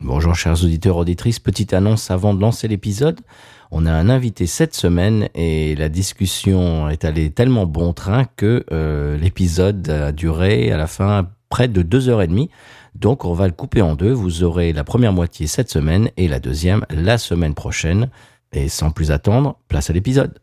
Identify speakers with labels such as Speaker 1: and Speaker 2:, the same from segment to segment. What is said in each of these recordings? Speaker 1: Bonjour chers auditeurs, auditrices, petite annonce avant de lancer l'épisode. On a un invité cette semaine et la discussion est allée tellement bon train que euh, l'épisode a duré à la fin près de deux heures et demie. Donc on va le couper en deux. Vous aurez la première moitié cette semaine et la deuxième la semaine prochaine. Et sans plus attendre, place à l'épisode.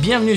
Speaker 1: Bienvenue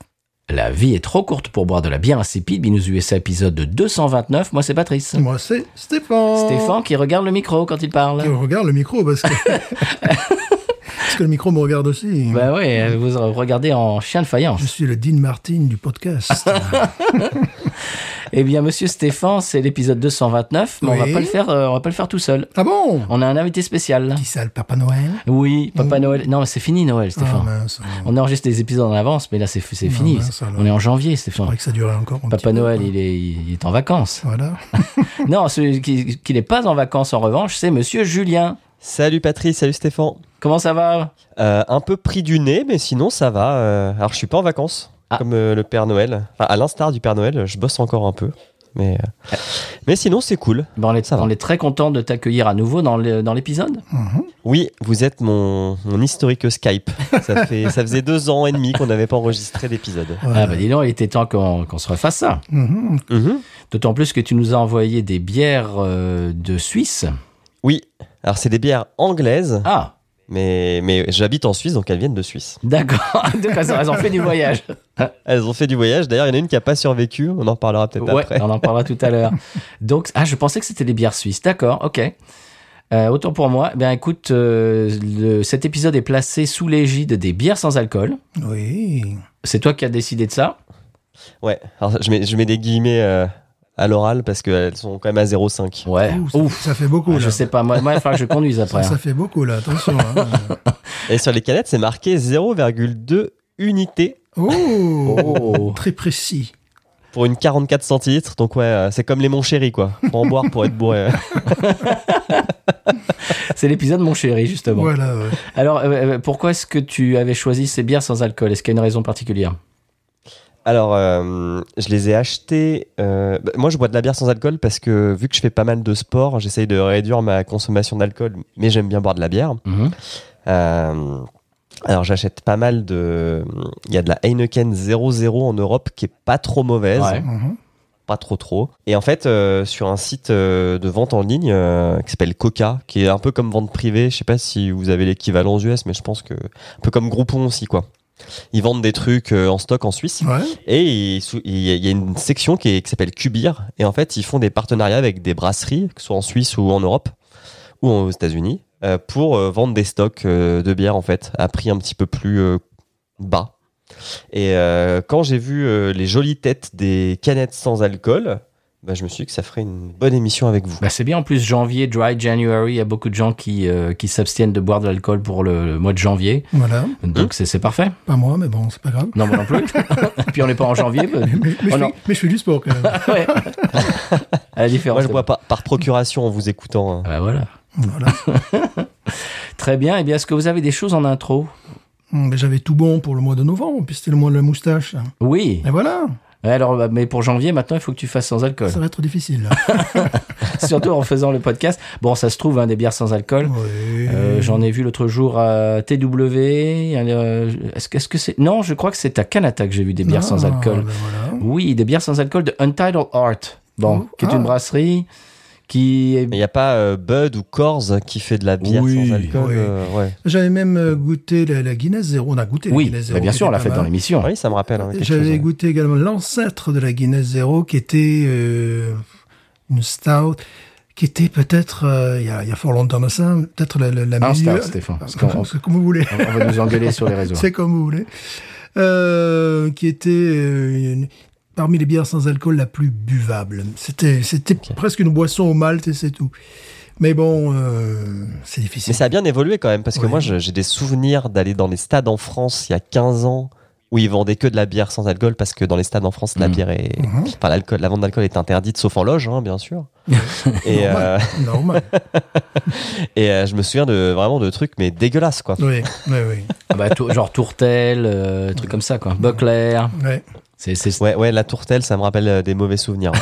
Speaker 1: La vie est trop courte pour boire de la bière insipide. Binous USA épisode 229. Moi, c'est Patrice.
Speaker 2: Moi, c'est Stéphane.
Speaker 1: Stéphane hein. qui regarde le micro quand il
Speaker 2: Et
Speaker 1: parle.
Speaker 2: on regarde le micro parce que. parce que le micro me regarde aussi.
Speaker 1: Bah oui, vous regardez en chien de faïence.
Speaker 2: Je suis le Dean Martin du podcast.
Speaker 1: Eh bien, monsieur Stéphane, c'est l'épisode 229, mais on va
Speaker 2: Oui.
Speaker 1: pas le faire, euh, on va pas le faire tout seul.
Speaker 2: ah bon
Speaker 1: On a un invité spécial.
Speaker 2: Qui ça, le Papa Noël
Speaker 1: Oui, Papa Noël. Non, mais c'est fini Noël,
Speaker 2: Mm. Ah
Speaker 1: Stéphane.
Speaker 2: mince. alors.
Speaker 1: on enregistre des épisodes en avance, mais là, c'est c'est fini.
Speaker 2: mince, alors.
Speaker 1: on est en janvier,
Speaker 2: Je
Speaker 1: Stéphane.
Speaker 2: croyais que ça durait encore. un petit
Speaker 1: Papa
Speaker 2: peu.
Speaker 1: Noël, il est, il est en vacances.
Speaker 2: Voilà.
Speaker 1: non, celui qui, qui n'est pas en vacances, en revanche, c'est monsieur Julien.
Speaker 3: Salut Patrice, salut Stéphane.
Speaker 1: Comment ça va
Speaker 3: Euh, un peu pris du nez, mais sinon ça va. euh, alors je suis pas en vacances,
Speaker 1: Ah.
Speaker 3: comme euh, le Père Noël. Enfin, à l'instar du Père Noël, je bosse encore un peu. Mais, euh,
Speaker 1: Ah.
Speaker 3: mais sinon c'est cool.
Speaker 1: Ben, on, est,
Speaker 3: Ça va.
Speaker 1: on est très content de t'accueillir à nouveau dans le- dans l'épisode.
Speaker 2: Mhm.
Speaker 3: Oui, vous êtes mon, mon historique Skype. Ça, fait, ça faisait deux ans et demi qu'on n'avait pas enregistré d'épisode.
Speaker 2: Voilà.
Speaker 1: Ah bah dis donc, il était temps qu'on qu'on se refasse ça.
Speaker 2: Mhm.
Speaker 1: Mm-hmm.
Speaker 3: Mhm.
Speaker 1: D'autant plus que tu nous as envoyé des bières euh, de Suisse.
Speaker 3: Oui, alors c'est des bières anglaises,
Speaker 1: Ah,
Speaker 3: mais, mais j'habite en Suisse, donc elles viennent de Suisse.
Speaker 1: d'accord. Donc elles ont- elles ont fait du voyage.
Speaker 3: Elles ont fait du voyage, d'ailleurs il y en a une qui n'a pas survécu, on en parlera peut-être
Speaker 1: Ouais,
Speaker 3: après.
Speaker 1: on en parlera tout à l'heure. Donc, ah, je pensais que c'était les bières suisses. D'accord, ok. Euh, autant pour moi. Ben écoute, euh, le- cet épisode est placé sous l'égide des bières sans alcool.
Speaker 2: Oui. C'est
Speaker 1: C'est toi qui as décidé de ça.
Speaker 3: Ouais, alors je mets, je mets des guillemets euh, à l'oral parce qu'elles sont quand même à 0,5.
Speaker 1: Ouais.
Speaker 2: Ouh, ça,
Speaker 1: Ouf.
Speaker 2: ça fait beaucoup
Speaker 1: Ah,
Speaker 2: là.
Speaker 1: je sais hein. pas. Moi, moi, il faudra que je conduise après.
Speaker 2: Ça, ça fait beaucoup là, attention. hein.
Speaker 3: Et sur les canettes, c'est marqué 0,2 unités
Speaker 2: oh,
Speaker 1: Oh.
Speaker 2: Très précis.
Speaker 3: pour une 44 centilitres. Donc ouais, euh, c'est comme les Mon Chéri, quoi. Faut en boire pour être bourré.
Speaker 1: C'est l'épisode, mon chéri, justement.
Speaker 2: Voilà. ouais.
Speaker 1: Alors, euh, euh, pourquoi est-ce que tu avais choisi ces bières sans alcool Est-ce qu'il y a une raison particulière
Speaker 3: Alors, euh, je les ai achetées. euh, bah, moi, je bois de la bière sans alcool parce que vu que je fais pas mal de sport, j'essaye de réduire ma consommation d'alcool, mais j'aime bien boire de la bière.
Speaker 1: Mhm.
Speaker 3: Euh, alors, j'achète pas mal de. Il y a de la Heineken 00 en Europe qui est pas trop mauvaise.
Speaker 1: Ouais.
Speaker 2: Mhm.
Speaker 3: pas trop trop. Et en fait, euh, sur un site euh, de vente en ligne euh, qui s'appelle Coca, qui est un peu comme vente privée, je sais pas si vous avez l'équivalent aux US, mais je pense que un peu comme Groupon aussi quoi. Ils vendent des trucs euh, en stock en Suisse
Speaker 2: Ouais.
Speaker 3: et ils sou- il y a- il y a une section qui, est- qui s'appelle Cubir et en fait ils font des partenariats avec des brasseries, que ce soit en Suisse ou en Europe ou en- aux États-Unis, euh, pour euh, vendre des stocks euh, de bière en fait à prix un petit peu plus euh, bas. Et euh, quand j'ai vu euh, les jolies têtes des canettes sans alcool, bah, je me suis dit que ça ferait une bonne émission avec vous.
Speaker 1: Bah, c'est bien en plus janvier, dry January. Il y a beaucoup de gens qui, euh, qui s'abstiennent de boire de l'alcool pour le, le mois de janvier.
Speaker 2: Voilà.
Speaker 1: Donc c'est- c'est parfait.
Speaker 2: Pas moi, mais bon, c'est pas grave.
Speaker 1: Non, moi non plus. Puis on n'est pas en janvier. mais-
Speaker 2: Mais, mais je
Speaker 1: Oh
Speaker 2: fais,
Speaker 1: non.
Speaker 2: mais je fais du sport quand même.
Speaker 1: Ouais. À la différence.
Speaker 3: Moi je
Speaker 1: de-
Speaker 3: bois pas par procuration en vous écoutant. hein.
Speaker 1: Ah, bah, voilà.
Speaker 2: voilà.
Speaker 1: Très bien. Et bien, est-ce que vous avez des choses en intro
Speaker 2: Hum, mais J'avais tout bon pour le mois de novembre, puis c'était le mois de la moustache. hein.
Speaker 1: Oui.
Speaker 2: Et voilà,
Speaker 1: Alors, bah, mais pour janvier, maintenant, il faut que tu fasses sans alcool.
Speaker 2: ça va être difficile. là.
Speaker 1: Surtout en faisant le podcast. Bon, ça se trouve, hein, des bières sans alcool.
Speaker 2: Ouais.
Speaker 1: Euh, J'en ai vu l'autre jour à TW. euh, Est-ce que est-ce que c'est. non, je crois que c'est à Canada que j'ai vu des bières sans
Speaker 2: Ah,
Speaker 1: alcool.
Speaker 2: ben voilà.
Speaker 1: Oui, des bières sans alcool de Untitled Art, bon,
Speaker 2: Oh,
Speaker 1: qui est
Speaker 2: ah.
Speaker 1: une brasserie qui est
Speaker 3: Mais il n'y a pas euh, Bud ou Corse qui fait de la bière
Speaker 1: Oui,
Speaker 3: sans alcool.
Speaker 2: oui.
Speaker 3: euh, ouais.
Speaker 2: J'avais même euh, goûté la, la Guinness Zéro. On a goûté la
Speaker 1: oui,
Speaker 2: Guinness Zéro.
Speaker 1: bah bien
Speaker 2: qui
Speaker 1: sûr, on
Speaker 2: était
Speaker 1: l'a
Speaker 2: pas
Speaker 1: fait dans
Speaker 2: mal.
Speaker 1: l'émission.
Speaker 3: Oui, ça me rappelle. hein, quelque chose,
Speaker 2: J'avais
Speaker 3: ouais.
Speaker 2: goûté également l'ancêtre de la Guinness Zéro, qui était euh, une stout, qui était peut-être, euh, il y, a- il y a fort longtemps de ça, peut-être la, la, la
Speaker 1: Ah, Un
Speaker 2: meilleure.
Speaker 1: star, Stéphane. parce qu'on- on,
Speaker 2: C'est comme vous voulez.
Speaker 1: on va nous engueuler sur les réseaux.
Speaker 2: C'est comme vous voulez. Euh, qui était euh, une- parmi les bières sans alcool la plus buvable. C'était c'était presque une boisson au malt et c'est tout. Mais bon, euh, c'est
Speaker 3: Mais
Speaker 2: difficile.
Speaker 3: ça a bien évolué quand même, parce que
Speaker 2: Oui.
Speaker 3: moi je- j'ai des souvenirs d'aller dans les stades en France il y a 15 ans où ils vendaient que de la bière sans alcool, parce que dans les stades en France, la
Speaker 1: Mhm.
Speaker 3: bière est.
Speaker 2: Mhm.
Speaker 3: Enfin, l'alcool, la vente d'alcool est interdite, sauf en loge, hein, bien sûr. et euh,
Speaker 2: Normal.
Speaker 3: et euh, je me souviens de, vraiment de trucs, mais dégueulasses, quoi.
Speaker 2: oui, oui, oui.
Speaker 1: Ah bah, tou- genre Tourtel, euh, trucs comme ça,
Speaker 2: Mm.
Speaker 1: quoi. Buckler.
Speaker 2: Ouais.
Speaker 1: C'est, c'est-
Speaker 3: Ouais, ouais, la tourtelle, ça me rappelle euh, des mauvais souvenirs.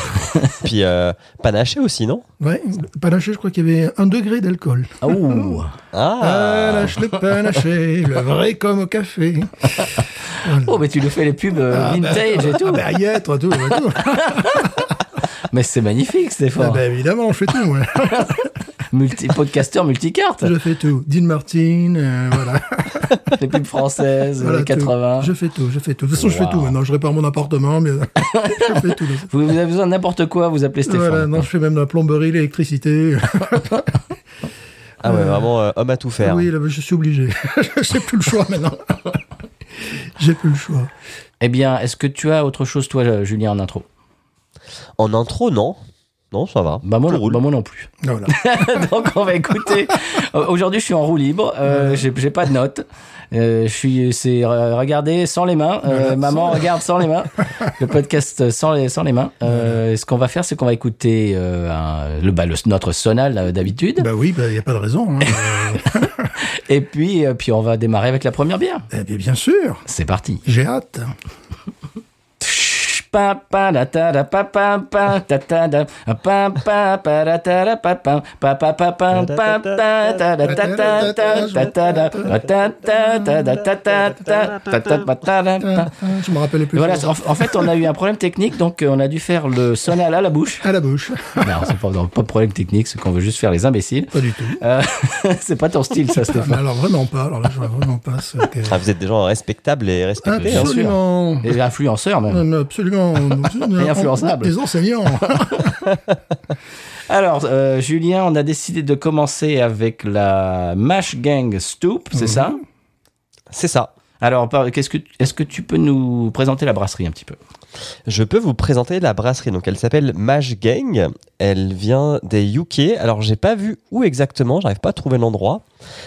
Speaker 3: Puis euh, panaché aussi, non
Speaker 2: Ouais. Panaché, je crois qu'il y avait un degré d'alcool.
Speaker 1: Ah, ouh.
Speaker 3: Ah,
Speaker 2: Panache, le panaché, le vrai comme au café. Voilà.
Speaker 1: Oh, mais tu nous fais les pubs euh,
Speaker 2: Ah, bah,
Speaker 1: vintage et
Speaker 2: Ah
Speaker 1: tout.
Speaker 2: ben, y être, tout, tout.
Speaker 1: Mais c'est magnifique,
Speaker 2: Ah
Speaker 1: Stéphane.
Speaker 2: ben, évidemment, je fais tout. moi.
Speaker 1: Multi, podcasteur multicarte.
Speaker 2: Je fais tout. Dean Martin, euh, voilà.
Speaker 1: Les pubs françaises,
Speaker 2: Voilà,
Speaker 1: les
Speaker 2: tout.
Speaker 1: 80.
Speaker 2: Je fais tout, je fais tout. De toute façon, je fais
Speaker 1: Wow.
Speaker 2: tout maintenant. Je répare mon appartement, mais je fais tout.
Speaker 1: Vous, vous avez besoin de n'importe quoi, vous appelez Stéphane.
Speaker 2: Voilà, non, je fais même la plomberie, l'électricité.
Speaker 3: Ah ouais, vraiment euh, homme à tout faire.
Speaker 2: oui, là, je suis obligé. J'ai plus le choix maintenant. J'ai plus le choix.
Speaker 1: Eh bien, est-ce que tu as autre chose, toi, Julien, en intro
Speaker 3: En intro, non. Non, ça va.
Speaker 1: bah moi,
Speaker 3: Tout
Speaker 1: non-
Speaker 3: roule.
Speaker 1: bah, moi non plus.
Speaker 2: Voilà.
Speaker 1: Donc on va écouter. Euh, Aujourd'hui, je suis en roue libre. euh, J'ai j'ai pas de notes. Euh, je suis, c'est euh, regarder sans les mains. Euh,
Speaker 2: Voilà.
Speaker 1: maman regarde sans les mains. Le podcast sans les sans les mains. Euh, Ce qu'on va faire, c'est qu'on va écouter euh, un- le, bah, le- notre sonal euh, d'habitude.
Speaker 2: Bah oui, il n'y a pas de raison. hein. Euh,
Speaker 1: Et puis, euh, puis on va démarrer avec la première bière.
Speaker 2: eh bien, bien sûr,
Speaker 1: C'est parti.
Speaker 2: j'ai hâte.
Speaker 1: Pa, pa, da, ta, da, pa, pa, pa, ta, ta, da, pa, pa, pa, da, ta, da, pa, pa, pa, pa, pa, pa, pa, pa, ta, da, ta, ta, ta, ta, ta, da, ta, ta, ta, ta, da, ta, ta, ta, ta, ta, pa, ta, da,
Speaker 2: Euh,
Speaker 1: ta.
Speaker 2: euh, Je me rappelle plus.
Speaker 1: Ah. Voilà, en, en fait, on a eu un problème technique, donc euh, on a dû faire le sonal à la bouche.
Speaker 2: À la bouche.
Speaker 1: Non, c'est pas, non, pas de problème technique, c'est qu'on veut juste faire les imbéciles.
Speaker 2: Pas du tout.
Speaker 1: Euh, c'est pas ton style, ça,
Speaker 2: Ah, mais
Speaker 1: Stéphane.
Speaker 2: alors vraiment pas. Alors là, je vois vraiment pas ce que.
Speaker 3: Ah, vous êtes des gens respectables et respectés.
Speaker 1: Ah,
Speaker 2: Ah,
Speaker 1: bien
Speaker 3: hein.
Speaker 1: sûr.
Speaker 2: Absolument.
Speaker 1: Les influenceurs, même.
Speaker 2: Non, non, absolument.
Speaker 1: Et influençable.
Speaker 2: Des enseignants.
Speaker 1: Alors, euh, Julien, on a décidé de commencer avec la Mash Gang Stoop, c'est ça
Speaker 3: C'est ça.
Speaker 1: Alors, par- qu'est-ce que, est-ce que tu peux nous présenter la brasserie un petit peu
Speaker 3: Je peux vous présenter la brasserie. Donc, elle s'appelle Mash Gang. Elle vient des UK. Alors, j'ai pas vu où exactement. J'arrive pas à trouver l'endroit.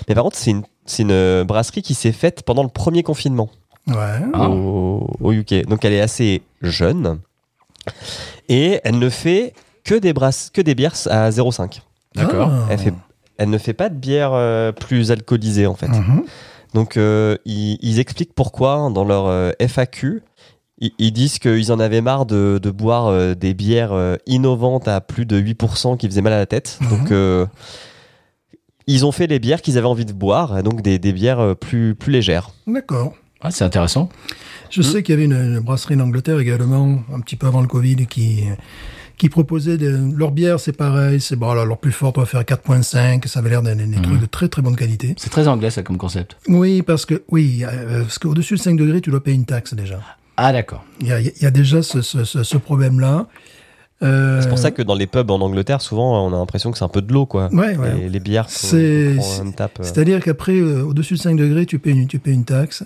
Speaker 3: Mais par contre, c'est une, c'est une brasserie qui s'est faite pendant le premier confinement
Speaker 2: Ouais.
Speaker 1: Ah.
Speaker 3: au, au UK. Donc, elle est assez jeune. Et elle ne fait que des, brasses, que des bières à 0,5.
Speaker 2: Ah.
Speaker 1: Eh,
Speaker 3: Elle, fait- elle ne fait pas de bière euh, plus alcoolisée, en fait.
Speaker 2: Mhm.
Speaker 3: Donc, euh, ils, ils expliquent pourquoi hein, dans leur euh, FAQ. Ils, ils disent qu'ils en avaient marre de, de boire euh, des bières euh, innovantes à plus de 8% qui faisaient mal à la tête.
Speaker 2: Mhm.
Speaker 3: Donc, euh, ils ont fait les bières qu'ils avaient envie de boire, et donc des, des bières euh, plus, plus légères.
Speaker 2: D'accord.
Speaker 1: Ah, c'est intéressant.
Speaker 2: Je sais qu'il y avait une, une brasserie en Angleterre également, un petit peu avant le Covid, qui qui proposait des, leur bière, c'est pareil, c'est bon, alors leur plus forte, on va faire 4.5, ça avait l'air d'un des
Speaker 3: Mhm.
Speaker 2: trucs de très très bonne qualité.
Speaker 1: C'est très anglais, ça, comme concept.
Speaker 2: Oui, parce que oui, euh, parce qu'au-dessus de 5 degrés, tu dois payer une taxe déjà.
Speaker 1: Ah, d'accord.
Speaker 2: Il y a, il y a déjà ce, ce, ce, ce problème-là. Euh,
Speaker 3: C'est pour ça que dans les pubs en Angleterre, souvent, on a l'impression que c'est un peu de l'eau, quoi.
Speaker 2: Ouais, ouais.
Speaker 3: Les, les bières, qu'on-
Speaker 2: C'est-
Speaker 3: qu'on
Speaker 2: c'est-
Speaker 3: prend une tape. euh.
Speaker 2: C'est-à-dire qu'après, euh, au-dessus de 5 degrés, tu payes une, tu payes une taxe.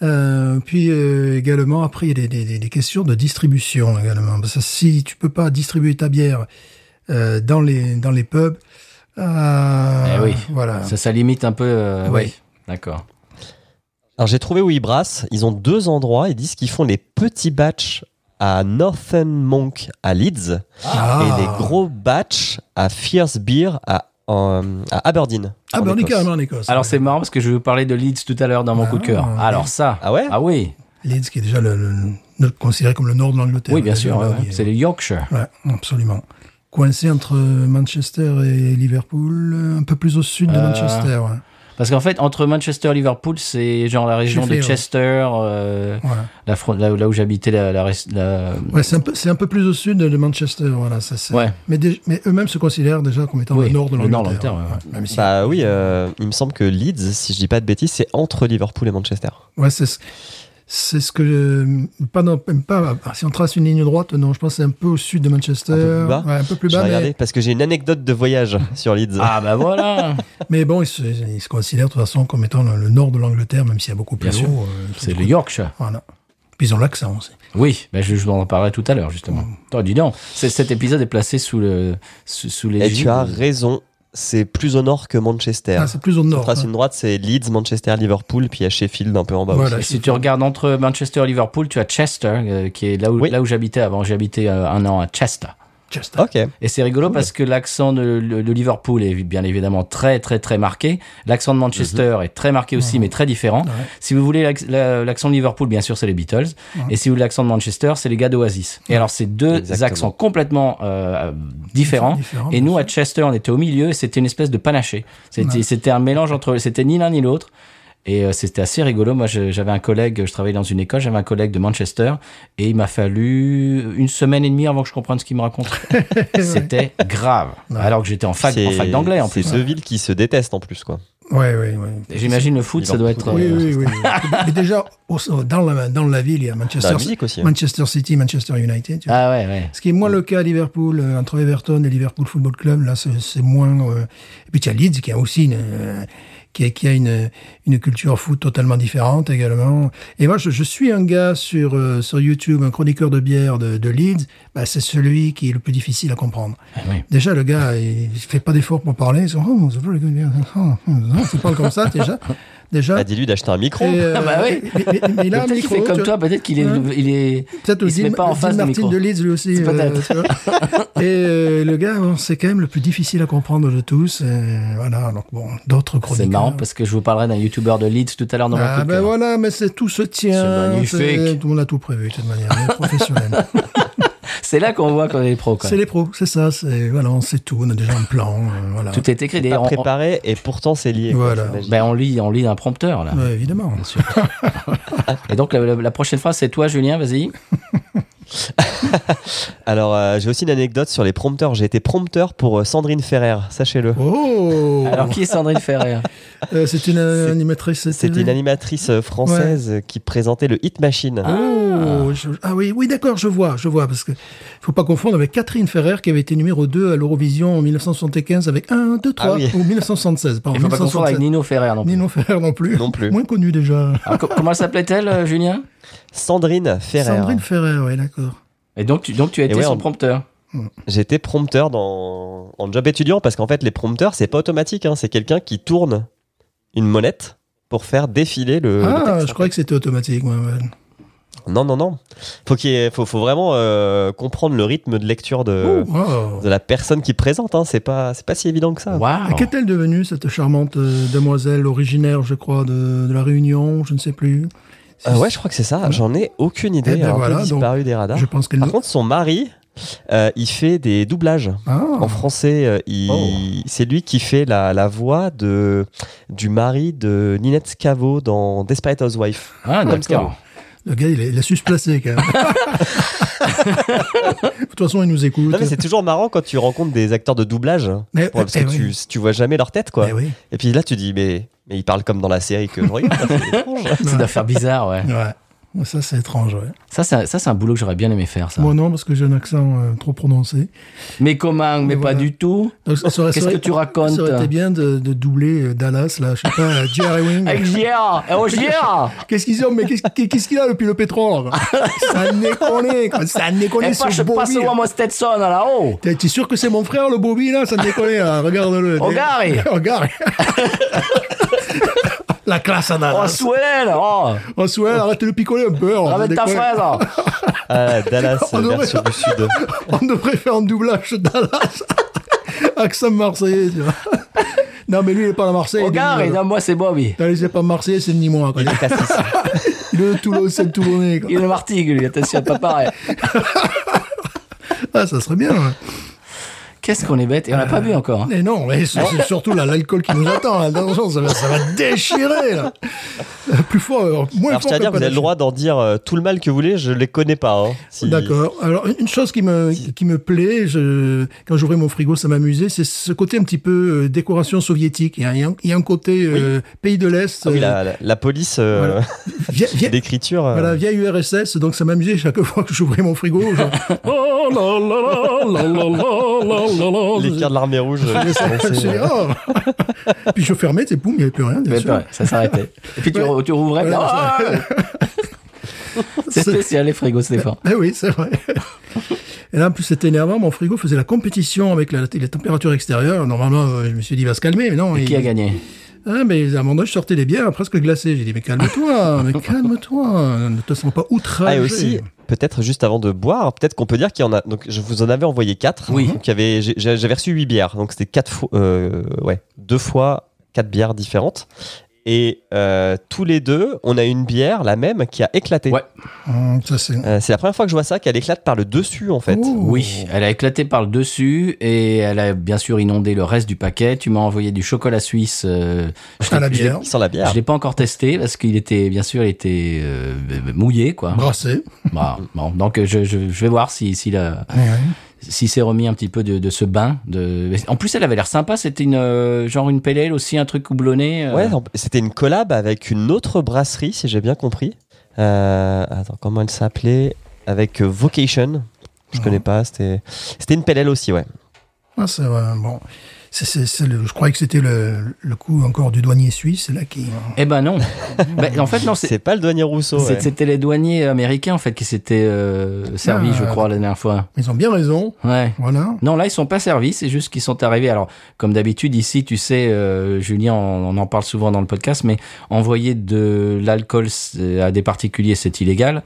Speaker 2: Euh, puis euh, également, après, il y a des, des- des- des questions de distribution également. Parce que si tu peux pas distribuer ta bière euh, dans, les, dans les pubs, euh,
Speaker 1: Eh oui.
Speaker 2: voilà.
Speaker 1: Ça, ça limite un peu. euh,
Speaker 2: Ah. Oui.
Speaker 1: oui. D'accord.
Speaker 3: Alors j'ai trouvé où ils brassent. Ils ont deux endroits. Ils disent qu'ils font les petits batchs à Northern Monk à Leeds
Speaker 2: Ah.
Speaker 3: et les gros batchs à Fierce Beer à, en- à Aberdeen.
Speaker 2: Ah,
Speaker 3: en
Speaker 2: ben on est
Speaker 3: Écosse.
Speaker 2: carrément en Écosse.
Speaker 1: Alors, c'est marrant parce que je vais vous parler de Leeds tout à l'heure dans mon
Speaker 2: Ah,
Speaker 1: coup de cœur.
Speaker 2: oui.
Speaker 1: Alors, ça.
Speaker 3: Ah ouais
Speaker 1: Ah oui.
Speaker 2: Leeds, qui est déjà le, le- le- considéré comme le nord de l'Angleterre.
Speaker 1: Oui, bien sûr.
Speaker 2: Là,
Speaker 1: ouais, ouais.
Speaker 2: il est-
Speaker 1: C'est le Yorkshire.
Speaker 2: Ouais, absolument. Coincé entre Manchester et Liverpool, un peu plus au sud de
Speaker 1: Euh,
Speaker 2: Manchester. ouais.
Speaker 1: Parce Parce qu'en fait, entre Manchester et Liverpool, c'est genre la région
Speaker 2: Sheffield,
Speaker 1: de
Speaker 2: ouais.
Speaker 1: Chester, euh,
Speaker 2: Voilà.
Speaker 1: la fron- là, là où j'habitais, la, la res- la-
Speaker 2: Ouais, c'est un peu, c'est un peu plus au sud de Manchester, voilà. Ça, c'est-
Speaker 1: Ouais.
Speaker 2: Mais, dé- mais eux-mêmes se considèrent déjà comme étant
Speaker 1: Oui,
Speaker 2: le nord de
Speaker 1: le nord de
Speaker 2: l'Angleterre.
Speaker 1: l'Angleterre, ouais,
Speaker 2: Même si-
Speaker 3: Bah oui, euh, il me semble que Leeds, si je dis pas de bêtises, c'est entre Liverpool et Manchester.
Speaker 2: ouais, c'est ce- c'est ce que je- pas dans- même pas ah, si on trace une ligne droite non je pense que c'est un peu au sud de Manchester
Speaker 3: Un peu plus bas.
Speaker 2: Ouais, un peu plus
Speaker 3: Je
Speaker 2: bas
Speaker 3: vais
Speaker 2: mais,
Speaker 3: regarder parce que j'ai une anecdote de voyage sur Leeds.
Speaker 1: Ah bah voilà
Speaker 2: mais bon ils se, ils se considèrent de toute façon comme étant le, le nord de l'Angleterre même s'il y a beaucoup plus
Speaker 1: Bien sûr.
Speaker 2: haut euh,
Speaker 1: C'est le Yorkshire.
Speaker 2: voilà puis ils ont l'accent aussi
Speaker 1: Oui, bah je, je vous en parlerai tout à l'heure, justement.
Speaker 3: Mm.
Speaker 1: Toi, dis donc, c'est- cet épisode est placé sous, le, sous, sous les...
Speaker 3: et tu as raison, c'est plus au nord que Manchester.
Speaker 2: Ah, c'est plus au
Speaker 3: On
Speaker 2: nord
Speaker 3: trace
Speaker 2: hein.
Speaker 3: une droite, c'est Leeds, Manchester, Liverpool, puis il y a Sheffield un peu en bas
Speaker 2: Voilà.
Speaker 3: aussi.
Speaker 1: Euh, Si tu regardes entre Manchester et Liverpool, tu as Chester, euh, qui est là où,
Speaker 3: Oui.
Speaker 1: là où j'habitais avant. J'habitais euh, un an à Chester.
Speaker 2: Chester.
Speaker 3: Ok.
Speaker 1: Et c'est rigolo parce que l'accent de, de Liverpool est bien évidemment très très très marqué. L'accent de Manchester
Speaker 3: Mm-hmm.
Speaker 1: est très marqué aussi, mais très différent.
Speaker 2: Ouais.
Speaker 1: Si vous voulez l'acc- la- l'accent de Liverpool, bien sûr, c'est les Beatles. Et si vous voulez l'accent de Manchester, c'est les gars d'Oasis. Et alors, c'est deux
Speaker 3: Mm-hmm. Exactement.
Speaker 1: accents complètement euh, différents.
Speaker 2: Différents,
Speaker 1: Et
Speaker 2: bien
Speaker 1: nous, à Chester, on était au milieu. et C'était une espèce de panaché. C'était c'était un mélange entre. C'était ni l'un ni l'autre. Et euh, c'était assez rigolo. Moi, je- j'avais un collègue, je travaillais dans une école, j'avais un collègue de Manchester, et il m'a fallu une semaine et demie avant que je comprenne ce qu'il me racontait. C'était grave.
Speaker 2: Ouais.
Speaker 1: Alors que j'étais en fac, en fac d'anglais en plus.
Speaker 3: C'est deux villes qui se détestent en plus, quoi.
Speaker 2: ouais ouais ouais
Speaker 1: Et J'imagine le foot, ça doit être.
Speaker 2: oui,
Speaker 1: euh,
Speaker 2: oui, oui. Mais déjà, au- au- dans, la, dans la ville, il y a
Speaker 3: Dans
Speaker 2: Manchester,
Speaker 3: la musique aussi. hein.
Speaker 2: Manchester City, Manchester United. tu vois.
Speaker 1: Ah ouais, ouais.
Speaker 2: Ce qui est moins le cas à Liverpool, euh, entre Everton et Liverpool Football Club, là, c'est c'est moins. euh, Et puis, il y a Leeds qui a aussi une, euh, qui a, qui a une, une culture foot totalement différente également. Et moi, je, je suis un gars sur, euh, sur YouTube, un chroniqueur de bière de, de Leeds. Bah, c'est celui qui est le plus difficile à comprendre.
Speaker 1: Ah oui.
Speaker 2: Déjà, le gars, il fait pas d'effort pour parler. Il se dit, oh, c'est pas le gars, oh, oh, il parle comme ça, déjà. Déjà.
Speaker 3: Ah, dis-lui d'acheter un micro.
Speaker 2: Et, euh,
Speaker 1: Ah bah oui.
Speaker 2: mais- mais- mais il a un
Speaker 1: Peut-être qu'il
Speaker 2: micro,
Speaker 1: fait comme
Speaker 2: tu
Speaker 1: toi, peut-être qu'il est,
Speaker 2: Ouais.
Speaker 1: il est,
Speaker 2: Peut-être
Speaker 1: il
Speaker 2: aussi
Speaker 1: se met pas en face du
Speaker 2: Martin
Speaker 1: micro.
Speaker 2: de Leeds lui aussi. euh,
Speaker 1: C'est peut-être.
Speaker 2: tu vois. et euh, le gars, bon, c'est quand même le plus difficile à comprendre de tous. euh, voilà, donc bon, d'autres chroniqueurs.
Speaker 1: C'est marrant parce que je vous parlerai d'un youtubeur de Leeds tout à l'heure dans mon
Speaker 2: hein. Ah
Speaker 1: podcast.
Speaker 2: ben voilà, mais c'est tout se tient.
Speaker 1: C'est magnifique.
Speaker 2: c'est- On a tout prévu de toute manière, hein, on est professionnels.
Speaker 1: C'est là qu'on voit qu'on est pro. Quoi.
Speaker 2: c'est les pros, c'est ça. C'est voilà, on sait tout, on a déjà un plan. euh, voilà.
Speaker 1: Tout est écrit.
Speaker 3: Pas
Speaker 1: D'ailleurs, on, on-
Speaker 3: préparé et pourtant c'est lié. quoi,
Speaker 2: Voilà. Bah,
Speaker 3: j'imagine.
Speaker 1: ben, on lit, on lit un prompteur là.
Speaker 2: Ouais, évidemment.
Speaker 1: Bien sûr. Et donc la, la- la prochaine phrase, c'est toi, Julien. Vas-y.
Speaker 3: Alors euh, j'ai aussi une anecdote sur les prompteurs. J'ai été prompteur pour euh, Sandrine Ferrer, sachez-le.
Speaker 2: Oh
Speaker 1: Alors qui est Sandrine Ferrer
Speaker 2: Euh, C'est une euh, animatrice. de
Speaker 3: C'était
Speaker 2: télé.
Speaker 3: une animatrice euh, française euh, qui présentait le Hit Machine.
Speaker 2: Oh, je- ah oui, oui, d'accord, je vois, je vois, parce que faut pas confondre avec Catherine Ferrer qui avait été numéro 2 à l'Eurovision en 1975 avec 1, 2, 3,
Speaker 3: Ah oui.
Speaker 2: ou 1976, pardon,
Speaker 1: Il faut pas confondre avec
Speaker 2: 1976.
Speaker 1: Nino Ferrer non plus.
Speaker 2: Nino Ferrer non plus.
Speaker 3: Non plus.
Speaker 2: Moins connu déjà.
Speaker 1: Alors, co- comment s'appelait-elle, euh, Julien
Speaker 3: Sandrine Ferrer. hein.
Speaker 2: Sandrine Ferrer, oui, d'accord.
Speaker 1: Et donc tu, donc tu as été
Speaker 3: ouais,
Speaker 1: son
Speaker 3: on-
Speaker 1: prompteur.
Speaker 3: J'étais prompteur dans... en job étudiant parce qu'en fait les prompteurs c'est pas automatique, hein. c'est quelqu'un qui tourne une molette pour faire défiler le. le
Speaker 2: ah,
Speaker 3: texte,
Speaker 2: je
Speaker 3: en
Speaker 2: croyais que c'était automatique, moi. ouais.
Speaker 3: fait. Non non non. Faut qu'il y ait- faut, faut vraiment euh, comprendre le rythme de lecture de,
Speaker 2: Oh, Wow.
Speaker 3: de la personne qui présente. Hein. C'est pas c'est pas si évident
Speaker 2: Ah.
Speaker 3: que ça.
Speaker 1: Waouh.
Speaker 2: Qu'est-elle devenue, cette charmante euh, demoiselle originaire, je crois, de, de la Réunion, je ne sais plus
Speaker 3: Euh, ouais je crois que c'est ça. J'en ai aucune idée.
Speaker 2: Eh ben
Speaker 3: Elle a un peu
Speaker 2: voilà, donc,
Speaker 3: disparu des radars.
Speaker 2: Je pense qu'elle...
Speaker 3: Par contre son mari euh, il fait des doublages.
Speaker 2: Ah,
Speaker 3: En français, euh, il- c'est lui qui fait la, la voix de, du mari de Ninette Scavo dans Desperate Housewife.
Speaker 1: Ah
Speaker 3: Scavo.
Speaker 1: d'accord.
Speaker 2: le gars, il a, il a su se placer, quand même. de toute façon, il nous écoute.
Speaker 3: Non, mais c'est toujours marrant quand tu rencontres des acteurs de doublage, hein,
Speaker 2: Mais-
Speaker 3: parce que
Speaker 2: eh oui.
Speaker 3: tu, tu vois jamais leur tête, quoi.
Speaker 2: Eh oui.
Speaker 3: Et puis là, tu dis, mais, mais ils parlent comme dans la série que je regarde, c'est étrange.
Speaker 1: C'est d'affaires bizarre, ouais.
Speaker 2: Ouais. Ça, c'est étrange, ouais.
Speaker 1: Ça, c'est un- ça, c'est un boulot que j'aurais bien aimé faire, ça.
Speaker 2: Moi, non, parce que j'ai un accent euh, trop prononcé.
Speaker 1: Mais comment Mais
Speaker 2: Mais
Speaker 1: pas
Speaker 2: voilà.
Speaker 1: du tout.
Speaker 2: Donc, ça aurait-
Speaker 1: Qu'est-ce
Speaker 2: ça aurait-
Speaker 1: que tu racontes
Speaker 2: Ça aurait été bien de, de doubler euh, Dallas, là, je sais pas, euh, Jerry
Speaker 1: Avec Eh, oh,
Speaker 2: Wing.
Speaker 1: JR Et au JR
Speaker 2: Qu'est-ce qu'ils ont Mais qu'est-ce qu'est- qu'est-ce qu'il a depuis le pétrole là Ça n'est qu'on est, quoi. ça n'est qu'on
Speaker 1: Et
Speaker 2: est
Speaker 1: pas,
Speaker 2: sur
Speaker 1: je Eh, passe
Speaker 2: Bobby.
Speaker 1: au
Speaker 2: là.
Speaker 1: Homo Stetson là-haut
Speaker 2: T'es t'es sûr que c'est mon frère, le Bobby, là Ça n'est qu'on est, là. regarde-le.
Speaker 1: Oh, Gary.
Speaker 2: Regarde La classe à
Speaker 1: Oh,
Speaker 2: Dallas.
Speaker 1: Souhélène Oh
Speaker 2: On souhaite, arrête de le picoler un peu. on
Speaker 1: Ramène ta
Speaker 2: déconne.
Speaker 1: fraise
Speaker 3: Ah, Dallas,
Speaker 2: On devrait-
Speaker 3: version du Sud.
Speaker 2: On devrait faire un doublage Dallas. Accent marseillais, tu vois. Non, mais lui, il n'est pas à Marseille.
Speaker 1: Oh, Gary
Speaker 2: lui,
Speaker 1: Non, moi, c'est Bobby
Speaker 2: Dallas, il n'est pas marseillais, c'est ni moi. Quoi.
Speaker 3: Il est cassis.
Speaker 2: Le Toulon, c'est le Toulonnais. quoi.
Speaker 1: Il est martigue, lui, attention, pas pareil
Speaker 2: Ah, ça serait bien. ouais.
Speaker 1: Qu'est-ce qu'on est bête et on n'a
Speaker 2: Euh,
Speaker 1: pas bu encore. hein.
Speaker 2: hein. Mais non, mais c'est c'est surtout là l'alcool qui nous attend. hein. Attention, ça va, ça va déchirer. Là. Plus fort, euh, moins fort.
Speaker 3: Alors, je tiens à
Speaker 2: que
Speaker 3: dire, vous avez le
Speaker 2: Panache.
Speaker 3: droit d'en dire euh, tout le mal que vous voulez, je les connais pas. hein. Si-
Speaker 2: D'accord. Alors une- une chose qui me qui me plaît, je, quand j'ouvrais mon frigo, ça m'amusait, c'est ce côté un petit peu euh, décoration soviétique. Il y a, il y a un- il y a un côté euh, pays de l'Est,
Speaker 3: Ah oui,
Speaker 2: euh,
Speaker 3: la, la- la police euh,
Speaker 2: Voilà. vie- vie-
Speaker 3: d'écriture. euh,
Speaker 2: voilà, via URSS, donc ça m'amusait chaque fois que j'ouvrais mon frigo. je- Oh, la, la, la, la, la, la, la, la, la.
Speaker 3: les cœurs de l'armée rouge.
Speaker 2: Et ça,
Speaker 3: c'est-
Speaker 2: c'est- oh. Puis je fermais, et boum, il n'y avait plus rien. bien
Speaker 1: Mais
Speaker 2: sûr.
Speaker 1: pareil, ça s'arrêtait. Et puis tu,
Speaker 2: Ouais.
Speaker 1: re- tu rouvrais.
Speaker 2: Voilà,
Speaker 1: ah c'est
Speaker 2: C'est-
Speaker 1: spécial les frigos, c'est fort.
Speaker 2: Eh oui, c'est vrai. Et là, en plus, c'était énervant. Mon frigo faisait la compétition avec la, les températures extérieures. Normalement, euh, je me suis dit, il va se calmer, mais non.
Speaker 1: Et
Speaker 2: il-
Speaker 1: qui a gagné
Speaker 2: Ah, mais à un moment donné, je sortais des bières presque glacées. J'ai dit, mais calme-toi, mais calme-toi. Ne te sens pas outragé.
Speaker 3: Ah, et aussi, peut-être juste avant de boire, peut-être qu'on peut dire qu'il y en a. Donc, je vous en avais envoyé 4.
Speaker 1: Oui.
Speaker 3: avait, j'ai- j'ai- j'avais reçu 8 bières. Donc, c'était quatre fois. euh, ouais, deux fois 4 bières différentes. Et euh, tous les deux, on a une bière, la même, qui a éclaté.
Speaker 1: Ouais.
Speaker 2: Hum, ça, c'est.
Speaker 3: Euh, c'est la première fois que je vois ça, qu'elle éclate par le dessus, en fait.
Speaker 2: Oh.
Speaker 1: Oui, elle a éclaté par le dessus et elle a bien sûr inondé le reste du paquet. Tu m'as envoyé du chocolat suisse. euh, je l'ai-
Speaker 2: À Ah, la
Speaker 1: je l'ai-
Speaker 2: bière,
Speaker 3: Qui sent la bière.
Speaker 1: Je l'ai pas encore testé parce qu'il était, bien sûr, il était euh, mouillé, quoi.
Speaker 2: brassée.
Speaker 1: Bah, bon, donc euh, je, je, je vais voir si, si, la,
Speaker 2: Ouais, ouais.
Speaker 1: si s'est remis un petit peu de, de ce bain. De... En plus, elle avait l'air sympa. C'était une euh, genre une pelle ale aussi, un truc houblonné. euh.
Speaker 3: Ouais, en- c'était une collab avec une autre brasserie, si j'ai bien compris. Euh, attends, comment elle s'appelait Avec euh, Vocation. Je
Speaker 2: Ah.
Speaker 3: connais pas, c'était c'était une PLL aussi, ouais.
Speaker 2: Ah, c'est vrai. Bon. C'est- c'est- c'est le- je croyais que c'était le, le coup encore du douanier suisse, là, qui.
Speaker 1: Eh ben non. Ben, en fait, non, c'est-
Speaker 3: C'est pas le douanier Rousseau.
Speaker 1: c'est-
Speaker 3: ouais.
Speaker 1: c'était les douaniers américains en fait qui s'étaient euh, servis,
Speaker 2: Ah.
Speaker 1: je crois, la dernière fois.
Speaker 2: Ils ont bien raison.
Speaker 1: Ouais.
Speaker 2: Voilà.
Speaker 1: Non, là, ils sont pas servis, c'est juste qu'ils sont arrivés. Alors, comme d'habitude, ici, tu sais, euh, Julien, on, on en parle souvent dans le podcast, mais envoyer de l'alcool c'est- à des particuliers, c'est illégal.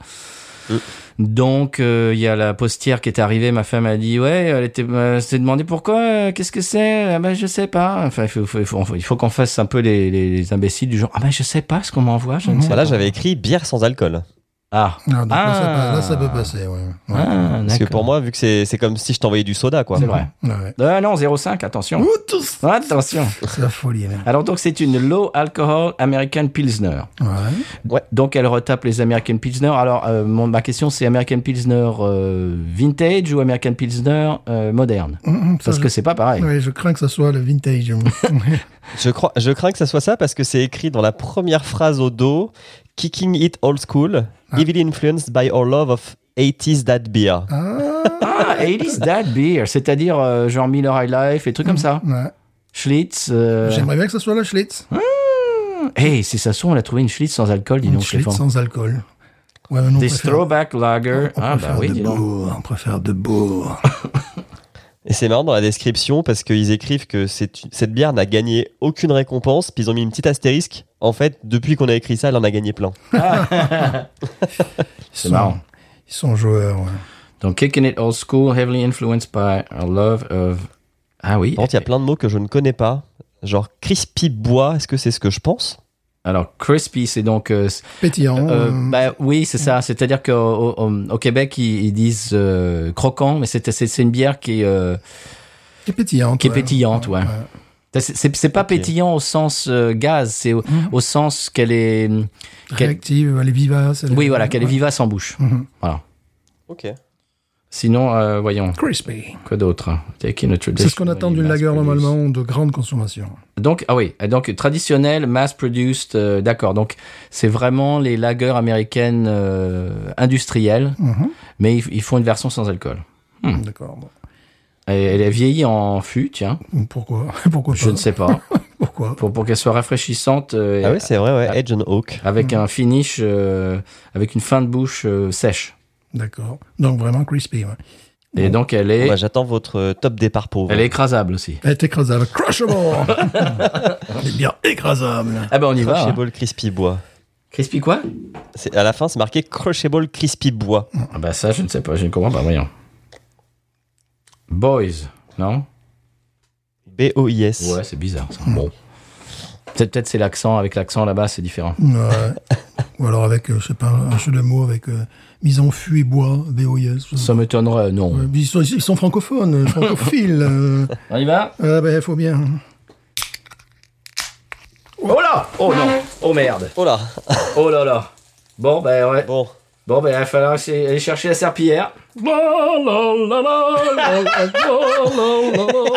Speaker 3: Euh.
Speaker 1: Donc, euh, il y a la postière qui est arrivée, ma femme a dit, ouais, elle était, euh, s'est demandé pourquoi, euh, qu'est-ce que c'est, ah ben, je sais pas. Enfin, il faut, il faut, il faut- il faut qu'on fasse un peu les, les- les imbéciles du genre, ah ben, je sais pas ce qu'on m'envoie, je ne sais
Speaker 3: Mmh, Voilà,
Speaker 1: pas.
Speaker 3: Bah j'avais écrit bière sans alcool.
Speaker 1: Ah,
Speaker 2: Ah, donc Là, ça,
Speaker 1: Ah.
Speaker 2: pa- là, ça peut passer, ouais. Ouais.
Speaker 1: ah
Speaker 3: Parce que pour
Speaker 1: d'accord.
Speaker 3: moi, vu que c'est c'est comme si je t'envoyais du soda, quoi.
Speaker 1: c'est vrai.
Speaker 2: Ouais.
Speaker 1: Ah non, 0,5, attention.
Speaker 3: Mmh.
Speaker 2: Ouh, tous-
Speaker 1: Attention.
Speaker 2: C'est la folie, même.
Speaker 1: Alors donc c'est une low alcohol American Pilsner.
Speaker 2: Ouais.
Speaker 1: Donc elle retape les American Pilsner. Alors euh, mon- ma question c'est American Pilsner euh, vintage ou American Pilsner euh, moderne
Speaker 2: Hum, hum, ça,
Speaker 1: Parce que c'est pas pareil.
Speaker 2: Ouais, je crains que ça soit le vintage.
Speaker 3: Je, crois, je crains que ça soit ça parce que c'est écrit dans la première phrase au dos Kicking it old school,
Speaker 2: Ah.
Speaker 3: heavily influenced by our love of 80s that beer.
Speaker 2: ah,
Speaker 1: Ah, 80s that beer, c'est-à-dire euh, genre Miller High Life et trucs comme ça.
Speaker 2: ouais.
Speaker 1: Schlitz. euh,
Speaker 2: J'aimerais bien que ça soit la Schlitz.
Speaker 1: Hey, c'est ça on a trouvé une Schlitz sans alcool, Ah, dis
Speaker 2: Une
Speaker 1: donc
Speaker 2: Schlitz
Speaker 1: Stéphane.
Speaker 2: sans alcool. Ouais, mais nous, on
Speaker 1: Des
Speaker 2: préfère-
Speaker 1: Throwback Lager.
Speaker 2: on
Speaker 1: Ah bah
Speaker 2: préfère
Speaker 1: oui,
Speaker 2: de
Speaker 1: dis donc.
Speaker 2: beau, on préfère de beau.
Speaker 3: Et c'est marrant dans la description parce qu'ils écrivent que c'est- cette bière n'a gagné aucune récompense, puis ils ont mis une petite astérisque. En fait, depuis qu'on a écrit ça, elle en a gagné plein.
Speaker 2: Ils sont-
Speaker 1: marrant.
Speaker 2: Ils sont joueurs. ouais.
Speaker 1: Donc Kicking It Old School, heavily influenced by our love of... Ah oui.
Speaker 3: Par contre, il y a plein de mots que je ne connais pas. Genre crispy bois, est-ce que c'est ce que je pense
Speaker 1: Alors crispy, c'est donc euh,
Speaker 2: Pétillant.
Speaker 1: Euh,
Speaker 2: euh,
Speaker 1: bah, oui, c'est ça. C'est-à-dire qu'au au- au- au Québec, ils, ils disent euh, croquant, mais c'est c'est- c'est une bière qui est, euh,
Speaker 2: qui est pétillante.
Speaker 1: qui est
Speaker 2: ouais.
Speaker 1: pétillante. Ouais. C'est- C'est c'est pas
Speaker 3: Ok.
Speaker 1: pétillant au sens euh, gaz, c'est au,
Speaker 2: Mhm.
Speaker 1: au sens qu'elle est. qu'elle-
Speaker 2: Réactive, elle est vivace. elle est-
Speaker 1: oui, voilà, qu'elle est
Speaker 2: ouais.
Speaker 1: vivace en bouche.
Speaker 2: Mhm.
Speaker 1: Voilà.
Speaker 3: Ok.
Speaker 1: Sinon, euh, voyons,
Speaker 2: Crispy.
Speaker 1: quoi d'autre Taking a
Speaker 2: C'est ce qu'on attend d'une
Speaker 1: traditional mass
Speaker 2: lager
Speaker 1: produced.
Speaker 2: normalement de grande consommation.
Speaker 1: Donc, ah oui, donc traditionnel, mass-produced, euh, d'accord. Donc, c'est vraiment les lagers américaines euh, industrielles,
Speaker 2: Mhm.
Speaker 1: mais ils, ils font une version sans alcool. Hmm.
Speaker 2: D'accord. bon.
Speaker 1: Et elle est vieillie en fût, tiens.
Speaker 2: Pourquoi Pourquoi
Speaker 1: Je
Speaker 2: pas
Speaker 1: ne sais pas.
Speaker 2: Pourquoi
Speaker 1: Pour, pour qu'elle soit rafraîchissante euh, et
Speaker 3: Ah oui, c'est vrai, ouais. Edge and Oak.
Speaker 1: avec un finish, euh, avec une fin de bouche euh, sèche.
Speaker 2: D'accord. Donc vraiment crispy. Ouais.
Speaker 1: Et donc elle est,
Speaker 3: Bah, J'attends votre euh, top départ pour vous.
Speaker 1: elle est écrasable aussi.
Speaker 2: Elle est écrasable. Crushable Elle est bien écrasable.
Speaker 1: Ah ben on y va. hein.
Speaker 3: Crushable crispy bois.
Speaker 1: Crispy quoi
Speaker 3: C'est- À la fin, c'est marqué Crushable crispy bois.
Speaker 1: Ah ben ça je ne sais pas, je ne comprends pas, voyons. Boys, non
Speaker 3: B-O-I-S.
Speaker 1: Ouais,
Speaker 2: Mm.
Speaker 1: c'est bizarre ça. Bon. Peut-être peut-être c'est l'accent, avec l'accent là-bas c'est différent.
Speaker 2: Ouais. Ou alors avec, euh, je sais pas, un jeu de mots avec euh, mise en fût et bois, BOIS.
Speaker 1: Ça m'étonnerait, euh, non.
Speaker 2: Ouais, Ils sont, ils sont francophones, euh, francophiles. euh.
Speaker 1: On y va
Speaker 2: Ah ben, faut bien.
Speaker 1: Oh là Oh non Oh merde
Speaker 3: Oh là
Speaker 1: Oh là là Bon, ben ouais.
Speaker 3: Bon.
Speaker 1: Bon, ben il va falloir essayer- aller chercher la serpillière. La, la, la, la, la, la, la,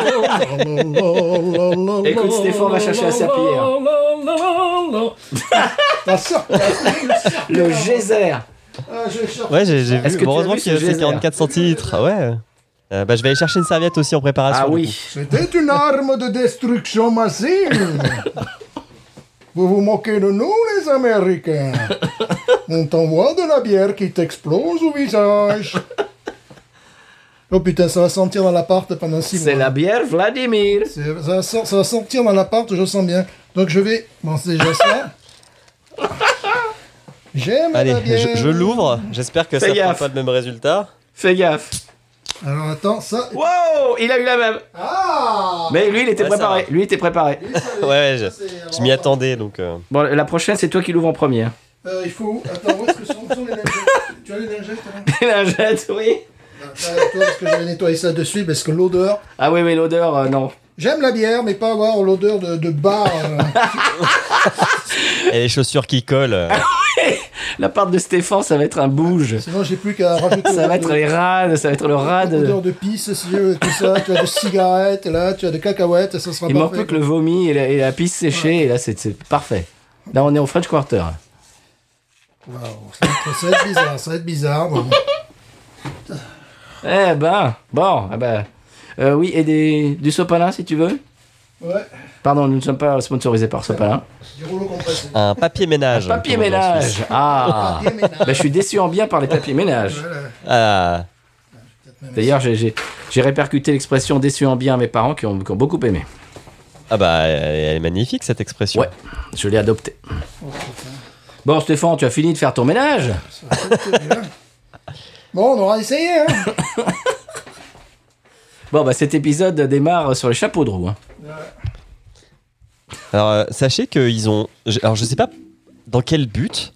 Speaker 1: la, la, la. Écoute,
Speaker 2: Écoute,
Speaker 1: Stéphane va chercher
Speaker 2: oh,
Speaker 1: hein. la serpillière.
Speaker 2: Ah,
Speaker 1: Le geyser
Speaker 3: Ouais, j'ai j'ai
Speaker 1: Est-ce
Speaker 3: vu.
Speaker 1: que tu as
Speaker 3: Heureusement
Speaker 1: vu ce
Speaker 3: qu'il y a ces
Speaker 1: geyser
Speaker 3: 44 centilitres. Ah Ouais. Euh, bah, je vais aller chercher une serviette aussi en préparation.
Speaker 1: Ah
Speaker 3: du
Speaker 1: oui
Speaker 2: C'était une arme de destruction massive. Vous vous moquez de nous, les Américains. On t'envoie de la bière qui t'explose au visage. Oh putain, ça va sentir dans l'appart pendant six mois.
Speaker 1: C'est la bière Vladimir
Speaker 2: C'est- Ça, va sen- ça va sentir dans l'appart, je sens bien. Donc je vais... Bon, c'est déjà ça. J'aime
Speaker 3: coup. Allez,
Speaker 2: la bière.
Speaker 3: je, je l'ouvre. J'espère que
Speaker 1: Fais
Speaker 3: ça ne fera
Speaker 1: gaffe.
Speaker 3: pas le même résultat.
Speaker 1: Fais gaffe
Speaker 2: Alors attends, ça...
Speaker 1: Wow Il a eu la même
Speaker 2: Ah
Speaker 1: Mais lui, il était
Speaker 3: Ouais, ça
Speaker 1: préparé.
Speaker 3: va.
Speaker 1: Lui, il était préparé.
Speaker 3: Ouais, ouais, je, je m'y attendais donc. euh.
Speaker 1: Bon, la prochaine, c'est toi qui l'ouvre en premier.
Speaker 2: Euh, il faut. Attends, où est-ce que sont, sont les lingettes Tu as les lingettes hein là
Speaker 1: la jette, oui
Speaker 2: Attends, Bah, Toi, parce que je vais nettoyer ça de suite parce que l'odeur.
Speaker 1: Ah oui, mais l'odeur, euh, non.
Speaker 2: J'aime la bière, mais pas avoir l'odeur de, de bar. euh.
Speaker 3: Et les chaussures qui collent. euh.
Speaker 1: La part de Stéphane, ça va être un bouge.
Speaker 2: Sinon, j'ai plus qu'à rajouter.
Speaker 1: Ça va être
Speaker 2: l'odeur
Speaker 1: les rades, ça va être le
Speaker 2: de,
Speaker 1: rade.
Speaker 2: l'odeur de pisse, si tu veux, tout ça. Tu as de cigarettes, là, tu as de cacahuètes, ça sera
Speaker 1: Il
Speaker 2: parfait.
Speaker 1: manque plus que le vomi et la, et la pisse séchée, et là, c'est c'est parfait. Là, on est au French Quarter.
Speaker 2: Waouh, ça, va être- ça va être bizarre, ça va être bizarre. bon.
Speaker 1: Eh ben, bon, ah ben. Euh, oui, et des, du sopalin, si tu veux.
Speaker 2: Ouais,
Speaker 1: Pardon, nous ne sommes pas sponsorisés par sopalin.
Speaker 2: du rouleau compressé.
Speaker 3: Un papier ménage.
Speaker 1: Papier
Speaker 3: comme on dit Ah, en
Speaker 1: ménage.
Speaker 3: Suisse.
Speaker 1: Ah
Speaker 2: Papier ménage.
Speaker 1: ben, Je suis déçu en bien par les papiers ménages.
Speaker 2: Voilà.
Speaker 3: Ah,
Speaker 1: D'ailleurs, j'ai- j'ai j'ai répercuté l'expression déçu en bien à mes parents qui ont, qui ont beaucoup aimé.
Speaker 3: ah bah, elle elle est magnifique cette expression.
Speaker 1: Ouais, je l'ai adopté. Bon, Stéphane, tu as fini de faire ton ménage
Speaker 2: Bon, on aura essayé, hein.
Speaker 1: Bon, bah cet épisode démarre sur les chapeaux de roue. hein.
Speaker 3: Alors, euh, sachez qu'ils ont. je- Alors, je sais pas dans quel but,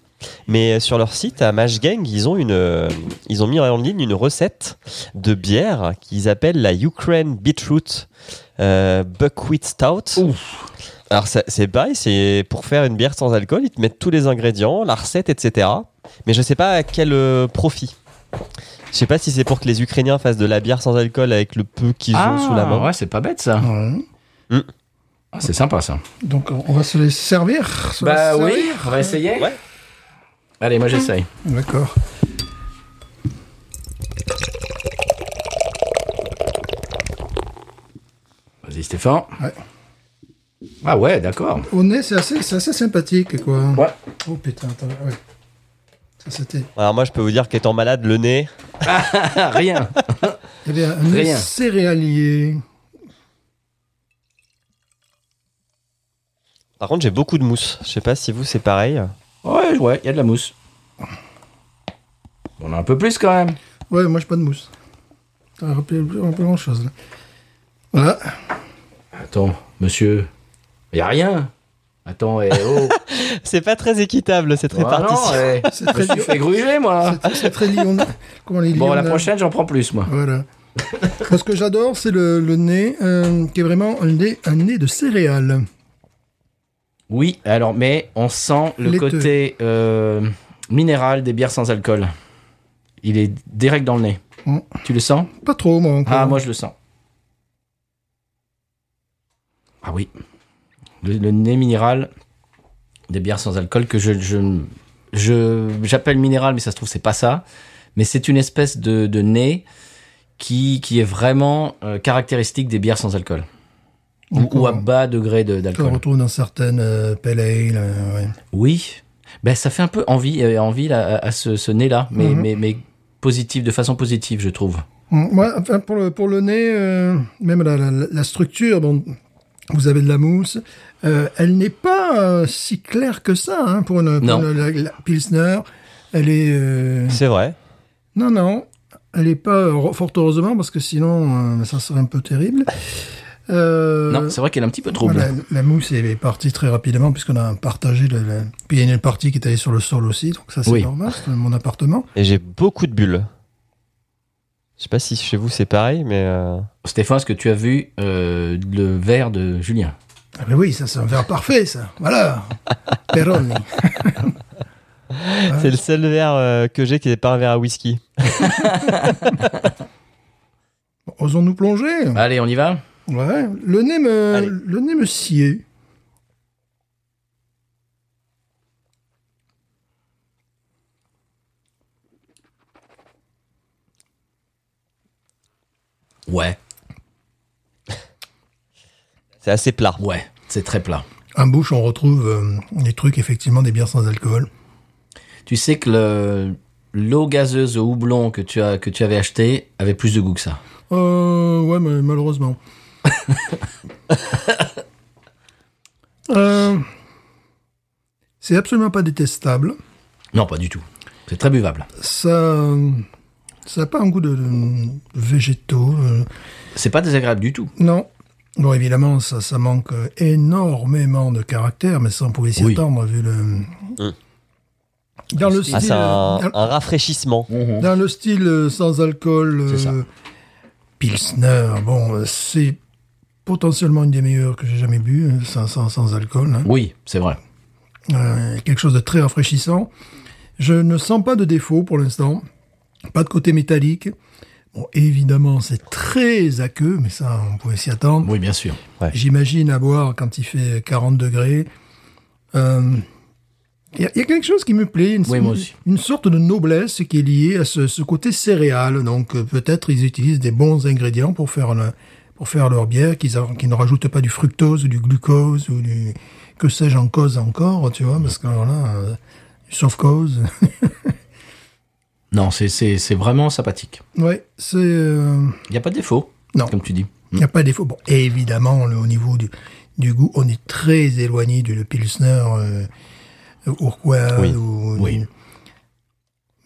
Speaker 3: mais sur leur site à Mash Gang, ils ont, une, euh, ils ont mis en ligne une recette de bière qu'ils appellent la Ukraine Beetroot euh, Buckwheat Stout. Alors, ça- c'est pareil, c'est pour faire une bière sans alcool, ils te mettent tous les ingrédients, la recette, etc. Mais je sais pas à quel euh, profit. Je sais pas si c'est pour que les Ukrainiens fassent de la bière sans alcool avec le peu qu'ils ont sous la main.
Speaker 1: Ah, ouais, c'est pas bête ça. Ah, c'est sympa ça.
Speaker 2: Donc, on va se les servir. se
Speaker 1: Bah
Speaker 2: les
Speaker 1: oui,
Speaker 2: servir.
Speaker 1: on va essayer.
Speaker 3: Ouais.
Speaker 1: Allez, moi j'essaye.
Speaker 2: D'accord.
Speaker 1: Vas-y Stéphane.
Speaker 2: Ouais.
Speaker 1: Ah ouais, d'accord.
Speaker 2: Au nez, c'est assez, c'est assez sympathique, quoi.
Speaker 1: Ouais.
Speaker 2: Oh putain, attends, ouais. Ça, c'était.
Speaker 3: Alors, moi, je peux vous dire qu'étant malade, le nez.
Speaker 1: Ah, rien.
Speaker 2: Eh bien, un nez
Speaker 1: Rien.
Speaker 2: céréalier.
Speaker 3: Par contre, j'ai beaucoup de mousse. Je sais pas si vous, c'est pareil.
Speaker 1: ouais, ouais, il y a de la mousse. On a un peu plus quand même.
Speaker 2: Ouais, moi, j'ai pas de mousse. T'as rappelé un peu grand-chose, là. Voilà.
Speaker 1: Attends, monsieur. Il y a rien. Attends, et oh.
Speaker 3: C'est pas très équitable cette
Speaker 1: Ah
Speaker 3: répartition.
Speaker 1: non, eh.
Speaker 2: C'est très,
Speaker 1: Je me suis fait gruger moi.
Speaker 2: c'est- c'est très lion. Comment les
Speaker 1: Bon, la
Speaker 2: lions-
Speaker 1: prochaine, j'en prends plus moi.
Speaker 2: Voilà. Moi, ce que j'adore, c'est le, le nez, euh, qui est vraiment un nez, un nez de céréales.
Speaker 1: Oui, alors, mais on sent le
Speaker 2: Laiteux.
Speaker 1: côté euh, minéral des bières sans alcool. Il est direct dans le nez.
Speaker 2: Mm.
Speaker 1: Tu le sens
Speaker 2: Pas trop, moi, encore.
Speaker 1: Ah, moi je le sens. Ah oui. Le, le nez minéral des bières sans alcool que je je- je- j'appelle minéral, mais ça se trouve c'est pas ça. Mais c'est une espèce de, de nez qui, qui est vraiment euh, caractéristique des bières sans alcool. Ou,
Speaker 2: Encore.
Speaker 1: ou à bas degré de-
Speaker 2: Qu'on
Speaker 1: d'alcool.
Speaker 2: retrouve dans certaines euh, pale ale, euh, ouais.
Speaker 1: Oui. Ben, ça fait un peu envie, euh, envie là, à, à ce, ce nez-là, mais,
Speaker 2: Mhm.
Speaker 1: mais, mais positif, de façon positive, je trouve.
Speaker 2: Mm, ouais, enfin, pour, le, pour le nez, euh, même la, la- la structure, bon, vous avez de la mousse. Euh, elle n'est pas euh, si claire que ça hein, pour une, pour
Speaker 1: Non.
Speaker 2: une- la, la Pilsner. Elle est. euh,
Speaker 3: C'est vrai.
Speaker 2: Non, non. Elle n'est pas, euh, fort heureusement, parce que sinon, euh, ça serait un peu terrible. Euh,
Speaker 1: Non, c'est vrai qu'elle est un petit peu trouble.
Speaker 2: La, la mousse est partie très rapidement puisqu'on a partagé. Le, le- Puis il y a une partie qui est allée sur le sol aussi, donc ça c'est
Speaker 1: Oui.
Speaker 2: normal, c'est mon appartement.
Speaker 3: Et j'ai beaucoup de bulles. Je sais pas si chez vous c'est pareil, mais euh,
Speaker 1: Stéphane, est-ce que tu as vu euh, le verre de Julien
Speaker 2: Ah ben oui, ça c'est un verre parfait, ça. Voilà. Peroni.
Speaker 3: c'est le seul verre euh, que j'ai qui n'est pas un verre à whisky.
Speaker 2: Osons-nous plonger
Speaker 1: Bah, Allez, on y va
Speaker 2: Ouais. Le nez
Speaker 3: Allez.
Speaker 2: me, le nez me sciait.
Speaker 1: Ouais,
Speaker 3: C'est assez plat.
Speaker 1: ouais, c'est très plat.
Speaker 2: En bouche, on retrouve euh, les trucs effectivement des bières sans alcool.
Speaker 1: Tu sais que le- l'eau gazeuse au houblon que tu, as, que tu avais acheté avait plus de goût que ça.
Speaker 2: Euh, ouais, mais malheureusement. Euh, c'est absolument pas détestable.
Speaker 1: Non, pas du tout. C'est très buvable.
Speaker 2: Ça, ça a pas un goût de, de végétaux. euh,
Speaker 1: C'est pas désagréable du tout.
Speaker 2: non. Bon, évidemment, ça, ça manque énormément de caractère, mais ça, on pouvait s'y
Speaker 1: Oui.
Speaker 2: attendre vu le. Dans le style, euh,
Speaker 3: Hum. Ah, c'est
Speaker 2: dans-
Speaker 3: un, un rafraîchissement.
Speaker 1: Mm-hmm.
Speaker 2: Dans le style euh, sans alcool, euh,
Speaker 1: C'est ça.
Speaker 2: Pilsner, bon, euh, c'est potentiellement une des meilleures que j'ai jamais bu, euh, sans, sans, sans alcool. hein.
Speaker 1: Oui, c'est vrai.
Speaker 2: Euh, quelque chose de très rafraîchissant. Je ne sens pas de défaut pour l'instant, pas de côté métallique. Bon, évidemment, c'est très aqueux, mais ça, on pouvait s'y attendre.
Speaker 1: Oui, bien sûr.
Speaker 2: J'imagine à boire quand il fait 40 degrés. Euh, Il y, a- il y a quelque chose qui me plaît, une,
Speaker 1: Oui, moi aussi.
Speaker 2: une sorte de noblesse qui est liée à ce, ce côté céréal. Donc euh, peut-être ils utilisent des bons ingrédients pour faire, le- pour faire leur bière, qu'ils en- qu'ils ne rajoutent pas du fructose ou du glucose ou du que sais-je en cause encore, tu vois, parce que alors là, euh, sauf cause.
Speaker 1: Non, c'est- c'est c'est vraiment sympathique.
Speaker 2: ouais, c'est... euh,
Speaker 1: Il n'y a pas de défaut,
Speaker 2: Non.
Speaker 1: comme tu dis.
Speaker 2: Il n'y a pas de défaut. Bon, évidemment, le- au niveau du, du goût, on est très éloigné du le Pilsner, euh, Urquell
Speaker 3: Oui.
Speaker 2: ou-
Speaker 1: Oui.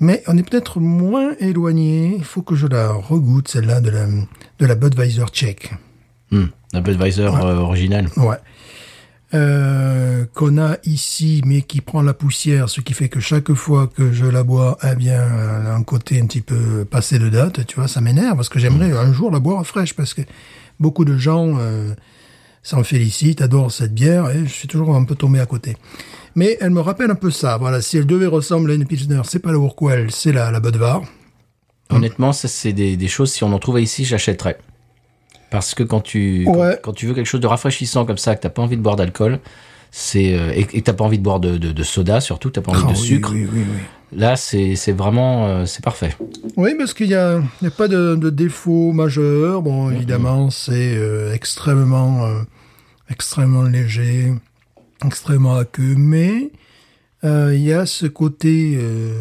Speaker 2: Mais on est peut-être moins éloigné. Il faut que je la regoute, celle-là, de la, de la Budweiser tchèque.
Speaker 1: Hmm. Un Budweiser euh, original.
Speaker 2: Ouais. Euh, qu'on a ici, mais qui prend la poussière, ce qui fait que chaque fois que je la bois, eh bien, elle a un côté un petit peu passé de date, tu vois, ça m'énerve, parce que j'aimerais un jour la boire fraîche, parce que beaucoup de gens euh, s'en félicitent, adorent cette bière, et je suis toujours un peu tombé à côté. Mais elle me rappelle un peu ça, voilà, si elle devait ressembler à une Pilsner, c'est pas la Urquell, c'est la, la Budvar. Hum.
Speaker 1: Honnêtement, ça, c'est des, des choses, si on en trouvait ici, j'achèterais. Parce que quand tu, quand-
Speaker 2: Ouais.
Speaker 1: quand, tu veux quelque chose de rafraîchissant comme ça, que t'as pas envie de boire d'alcool, c'est euh, et et que t'as pas envie de boire de, de- de soda surtout, t'as pas envie
Speaker 2: Ah,
Speaker 1: de
Speaker 2: oui,
Speaker 1: sucre,
Speaker 2: oui, oui, oui.
Speaker 1: là c'est c'est vraiment euh, c'est parfait.
Speaker 2: Oui, parce qu'il n'y a, il y a pas de, de défaut majeur. Bon, évidemment, c'est euh, extrêmement, euh, extrêmement léger, extrêmement aqueux, mais euh, il y a ce côté euh,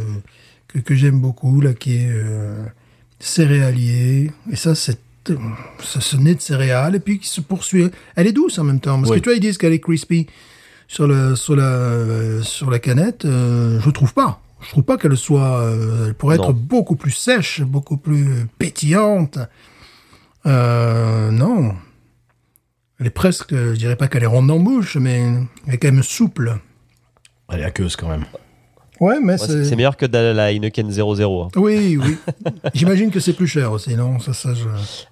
Speaker 2: que, que j'aime beaucoup, là, qui est euh, céréalier. Et ça, c'est euh, ce, ce nez de céréales, et puis qui se poursuit. Elle est douce en même temps, parce
Speaker 1: Oui.
Speaker 2: que tu vois, ils disent qu'elle est crispy sur la, sur la, euh, sur la canette. euh, je trouve pas. Je trouve pas qu'elle soit. euh, elle pourrait être
Speaker 3: Non.
Speaker 2: beaucoup plus sèche, beaucoup plus pétillante. Euh, non. Elle est presque, je dirais pas qu'elle est ronde en bouche, mais elle est quand même souple.
Speaker 1: Elle est aqueuse quand même.
Speaker 2: Ouais, mais
Speaker 3: Ouais, c'est c'est meilleur que de la, la Heineken 00. hein.
Speaker 2: Oui, oui. J'imagine que c'est plus cher aussi, non Ça, ça, je...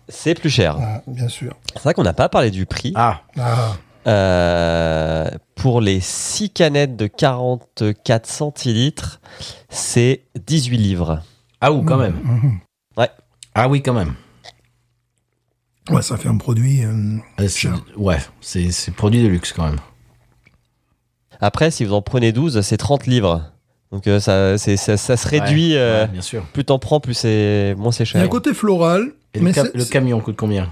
Speaker 3: C'est plus cher.
Speaker 2: Ah, bien sûr.
Speaker 3: C'est vrai qu'on n'a pas parlé du prix.
Speaker 1: Ah,
Speaker 2: Ah,
Speaker 3: Euh, pour les 6 canettes de 44 centilitres, c'est 18 livres.
Speaker 1: ah ou quand même.
Speaker 2: Mmh,
Speaker 3: Ouais.
Speaker 1: Ah oui quand même.
Speaker 2: ouais, ça fait un produit. euh,
Speaker 1: Euh, c'est-
Speaker 2: Cher.
Speaker 1: ouais, c'est c'est produit de luxe quand même.
Speaker 3: Après, si vous en prenez 12, c'est 30 livres. Donc euh, ça, c'est- ça, ça se réduit.
Speaker 1: Ouais,
Speaker 3: euh,
Speaker 1: ouais, bien sûr.
Speaker 3: Plus t'en prends, plus c'est moins c'est
Speaker 2: Il y a un
Speaker 3: cher.
Speaker 2: côté floral,
Speaker 1: Et
Speaker 2: mais
Speaker 1: le, ca-
Speaker 2: c'est- Ah
Speaker 1: le camion coûte combien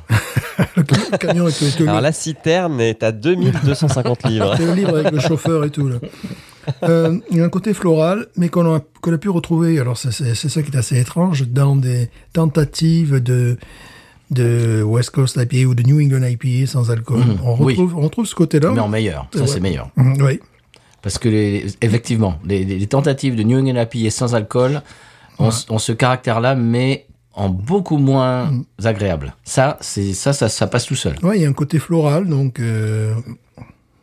Speaker 2: le ca- le camion avec le,
Speaker 3: Alors la citerne est à 2250 livres.
Speaker 2: le livre avec le chauffeur et tout. Là. Euh, il y a un côté floral, mais qu'on a, qu'on a pu retrouver. Alors c'est c'est- c'est ça qui est assez étrange dans des tentatives de de West Coast IPA ou de New England IPA sans alcool.
Speaker 1: Mhm.
Speaker 2: On
Speaker 1: Oui.
Speaker 2: retrouve, on retrouve ce côté-là.
Speaker 1: Mais en meilleur. Ça
Speaker 2: Ouais.
Speaker 1: c'est meilleur.
Speaker 2: Mhm, Oui.
Speaker 1: Parce que les, effectivement, les, les- les tentatives de New England IPA sans alcool ont, ce- ont ce caractère-là, mais en beaucoup moins
Speaker 2: Mm.
Speaker 1: agréable. Ça, c'est ça, ça, ça passe tout seul.
Speaker 2: Ouais, il y a un côté floral, donc. euh,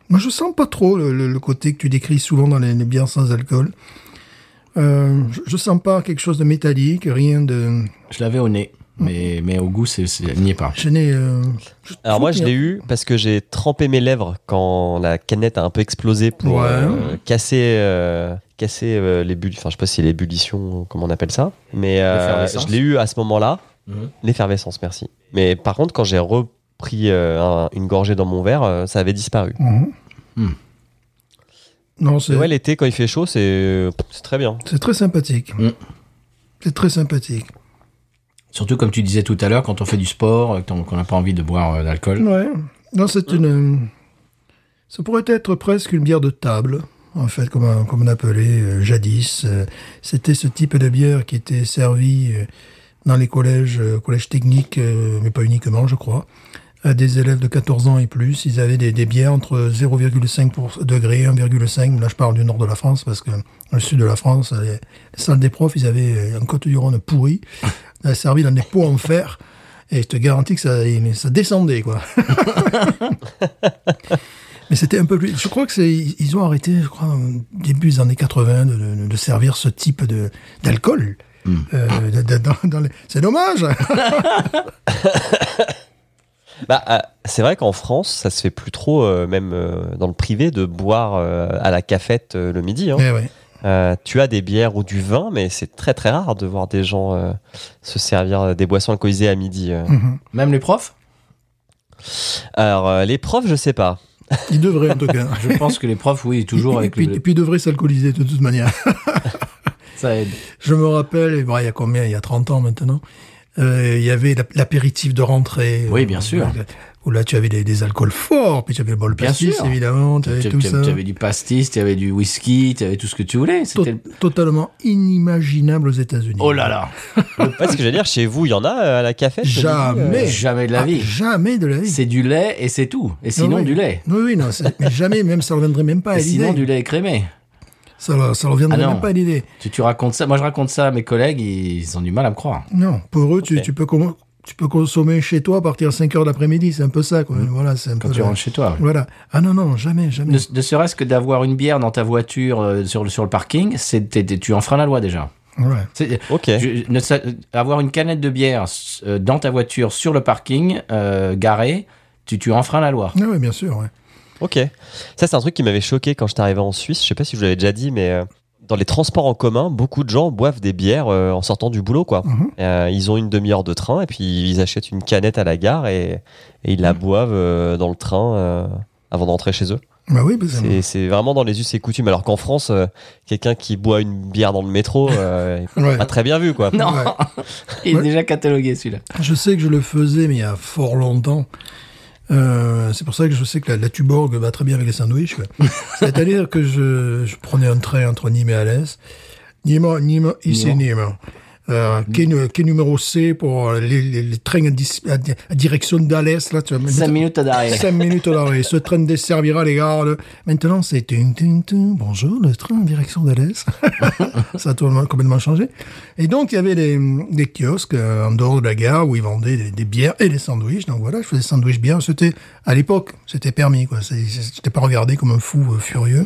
Speaker 2: Moi, je sens pas trop le, le- le côté que tu décris souvent dans les, les bières sans alcool. Euh, je, je sens pas quelque chose de métallique, rien de.
Speaker 1: Je l'avais au nez, mais, mais au goût, c'est, c'est- elle n'y est pas.
Speaker 2: Mm. Je n'ai. euh, je-
Speaker 3: Alors moi, je
Speaker 2: trouve
Speaker 3: l'ai
Speaker 2: qu'il y
Speaker 3: eu parce que j'ai trempé mes lèvres quand la canette a un peu explosé pour
Speaker 2: Ouais.
Speaker 3: euh, casser, euh, casser euh, les bulles. Enfin, je sais pas si c'est l'ébullition, comment on appelle ça. Mais euh,
Speaker 1: L'effervescence.
Speaker 3: je l'ai eu à ce moment-là.
Speaker 1: Mhm.
Speaker 3: L'effervescence, merci. Mais par contre, quand j'ai repris euh, un- une gorgée dans mon verre, euh, ça avait disparu.
Speaker 2: a- Mhm.
Speaker 1: Hmm.
Speaker 2: Non, c'est
Speaker 3: Mais ouais, l'été, quand il fait chaud, c'est c'est très bien.
Speaker 2: c'est très sympathique.
Speaker 1: Hmm.
Speaker 2: C'est très sympathique.
Speaker 1: Surtout comme tu disais tout à l'heure, quand on fait du sport, euh, qu'on qu'on n'a pas envie de boire euh, d'alcool.
Speaker 2: Ouais. Non, c'est une. euh, Ça pourrait être presque une bière de table, en fait, comme, on- comme on appelait euh, jadis. Euh, C'était ce type de bière qui était servie euh, dans les collèges, euh, collèges techniques, euh, mais pas uniquement, je crois, à des élèves de 14 ans et plus. Ils avaient des, des bières entre 0,5 pour- degré, 1,5. Là, je parle du nord de la France, parce que dans le sud de la France, euh, les, les salles des profs, ils avaient euh, un côte-du-rhône pourri, euh, servi dans des pots en fer. Et je te garantis que ça, ça descendait, quoi. Mais c'était un peu plus. Je crois que c'est. Ils ont arrêté, je crois, au début des années 80, de, de- de servir ce type de d'alcool.
Speaker 1: Hmm.
Speaker 2: Euh, de- de- dans- dans les- C'est dommage.
Speaker 3: Bah, euh, c'est vrai qu'en France, ça se fait plus trop, euh, même euh, dans le privé, de boire euh, à la cafette euh, le midi. hein.
Speaker 2: Mais Eh ouais.
Speaker 3: Euh, tu as des bières ou du vin, mais c'est très très rare de voir des gens euh, se servir euh, des boissons alcoolisées à midi. euh.
Speaker 2: Mhm.
Speaker 1: Même les profs
Speaker 3: Alors, euh, les profs, je sais pas.
Speaker 2: Ils devraient en tout cas.
Speaker 1: Je pense que les profs, oui, toujours
Speaker 2: Et-
Speaker 1: avec
Speaker 2: et puis,
Speaker 1: le-
Speaker 2: et puis ils devraient s'alcooliser de toute manière.
Speaker 1: ça aide.
Speaker 2: Je me rappelle, et bon, il y a combien Il y a 30 ans maintenant. euh, il y avait l'ap- l'apéritif de rentrée.
Speaker 1: Oui, bien sûr.
Speaker 2: Euh, Où là, tu avais des, des alcools forts, puis tu avais le bol
Speaker 1: Bien
Speaker 2: pastis,
Speaker 1: sûr.
Speaker 2: évidemment, tu avais
Speaker 1: Tu
Speaker 2: tout ça.
Speaker 1: tu avais du pastis, tu avais du whisky, tu avais tout ce que tu voulais.
Speaker 2: To-
Speaker 1: C'était...
Speaker 2: Totalement inimaginable aux États-Unis.
Speaker 1: Oh là là,
Speaker 3: Ouais, ce que j'allais dire, chez vous, il y en a euh, à la cafette le midi,
Speaker 2: Jamais.
Speaker 3: euh.
Speaker 2: Mais-
Speaker 1: jamais de la
Speaker 2: Ah,
Speaker 1: vie.
Speaker 2: jamais de la vie.
Speaker 1: C'est du lait et c'est tout. Et sinon
Speaker 2: oui.
Speaker 1: du lait.
Speaker 2: Oui, oui, non, c'est- mais jamais, même ça ne reviendrait même pas Ah, à
Speaker 1: Et sinon
Speaker 2: l'idée.
Speaker 1: du lait écrémé.
Speaker 2: Ça ne reviendrait
Speaker 1: Ah, non.
Speaker 2: même pas à l'idée.
Speaker 1: Tu, tu racontes ça, moi je raconte ça à mes collègues, ils ont du mal à me croire. hein,
Speaker 2: Non, pour eux, tu,
Speaker 3: Ok.
Speaker 2: tu, peux, com- tu peux consommer chez toi à partir de 5 heures l'après-midi, c'est un peu ça. Quoi. Voilà, c'est un
Speaker 1: Mm. Quand
Speaker 2: peu
Speaker 1: tu
Speaker 2: le-
Speaker 1: rentres chez toi.
Speaker 2: Voilà. Ah non, non, jamais, jamais.
Speaker 1: Ne, ne serait-ce que d'avoir une bière dans ta voiture euh, sur, le- sur le parking, c'est, t'es- t'es- tu enfreins la loi déjà.
Speaker 2: Ouais.
Speaker 1: C'est-
Speaker 3: Ok.
Speaker 1: je- ne sa- avoir une canette de bière euh, dans ta voiture sur le parking, euh, garée, tu, tu enfreins la loi.
Speaker 2: Ah oui, bien sûr. ouais.
Speaker 3: Ok. Ça, c'est un truc qui m'avait choqué quand j'étais arrivé en Suisse. Je sais pas si je vous l'avais déjà dit, mais euh, dans les transports en commun, beaucoup de gens boivent des bières euh, en sortant du boulot, quoi.
Speaker 2: Mhm.
Speaker 3: Euh, ils ont une demi-heure de train et puis ils achètent une canette à la gare et, et ils la boivent euh, dans le train euh, avant d'entrer chez eux.
Speaker 2: Bah oui, parce que-
Speaker 3: C'est, c'est vraiment dans les us et coutumes. Alors qu'en France, euh, quelqu'un qui boit une bière dans le métro, euh, est
Speaker 2: Ouais.
Speaker 3: pas très bien vu, quoi.
Speaker 1: Non,
Speaker 2: Ouais.
Speaker 1: il est
Speaker 2: Ouais.
Speaker 1: déjà catalogué celui-là.
Speaker 2: Je sais que je le faisais, mais il y a fort longtemps. Euh, c'est pour ça que je sais que la, la Tuborg va très bien avec les sandwichs. quoi. C'est-à-dire que je, je prenais un train entre Nîmes et Alès. Nîmes, Nîmes, ici Nîmes. Euh, quai, nu- quai numéro C pour les, les- les trains à, dis- à di- à direction d'Alès. Là, tu vois,
Speaker 1: 5 minutes à l'arrêt.
Speaker 2: 5 minutes à l'arrêt. Ce train desservira les gares. le- Maintenant, c'est ting, ting, ting. Bonjour, le train en direction d'Alès. Ça a tout- complètement changé. Et donc, il y avait des, des kiosques euh, en dehors de la gare où ils vendaient des, des bières et des sandwichs. Donc voilà, je faisais des sandwichs bières. C'était, à l'époque, c'était permis, quoi. C'est- c'est- J'étais pas regardé comme un fou euh, furieux.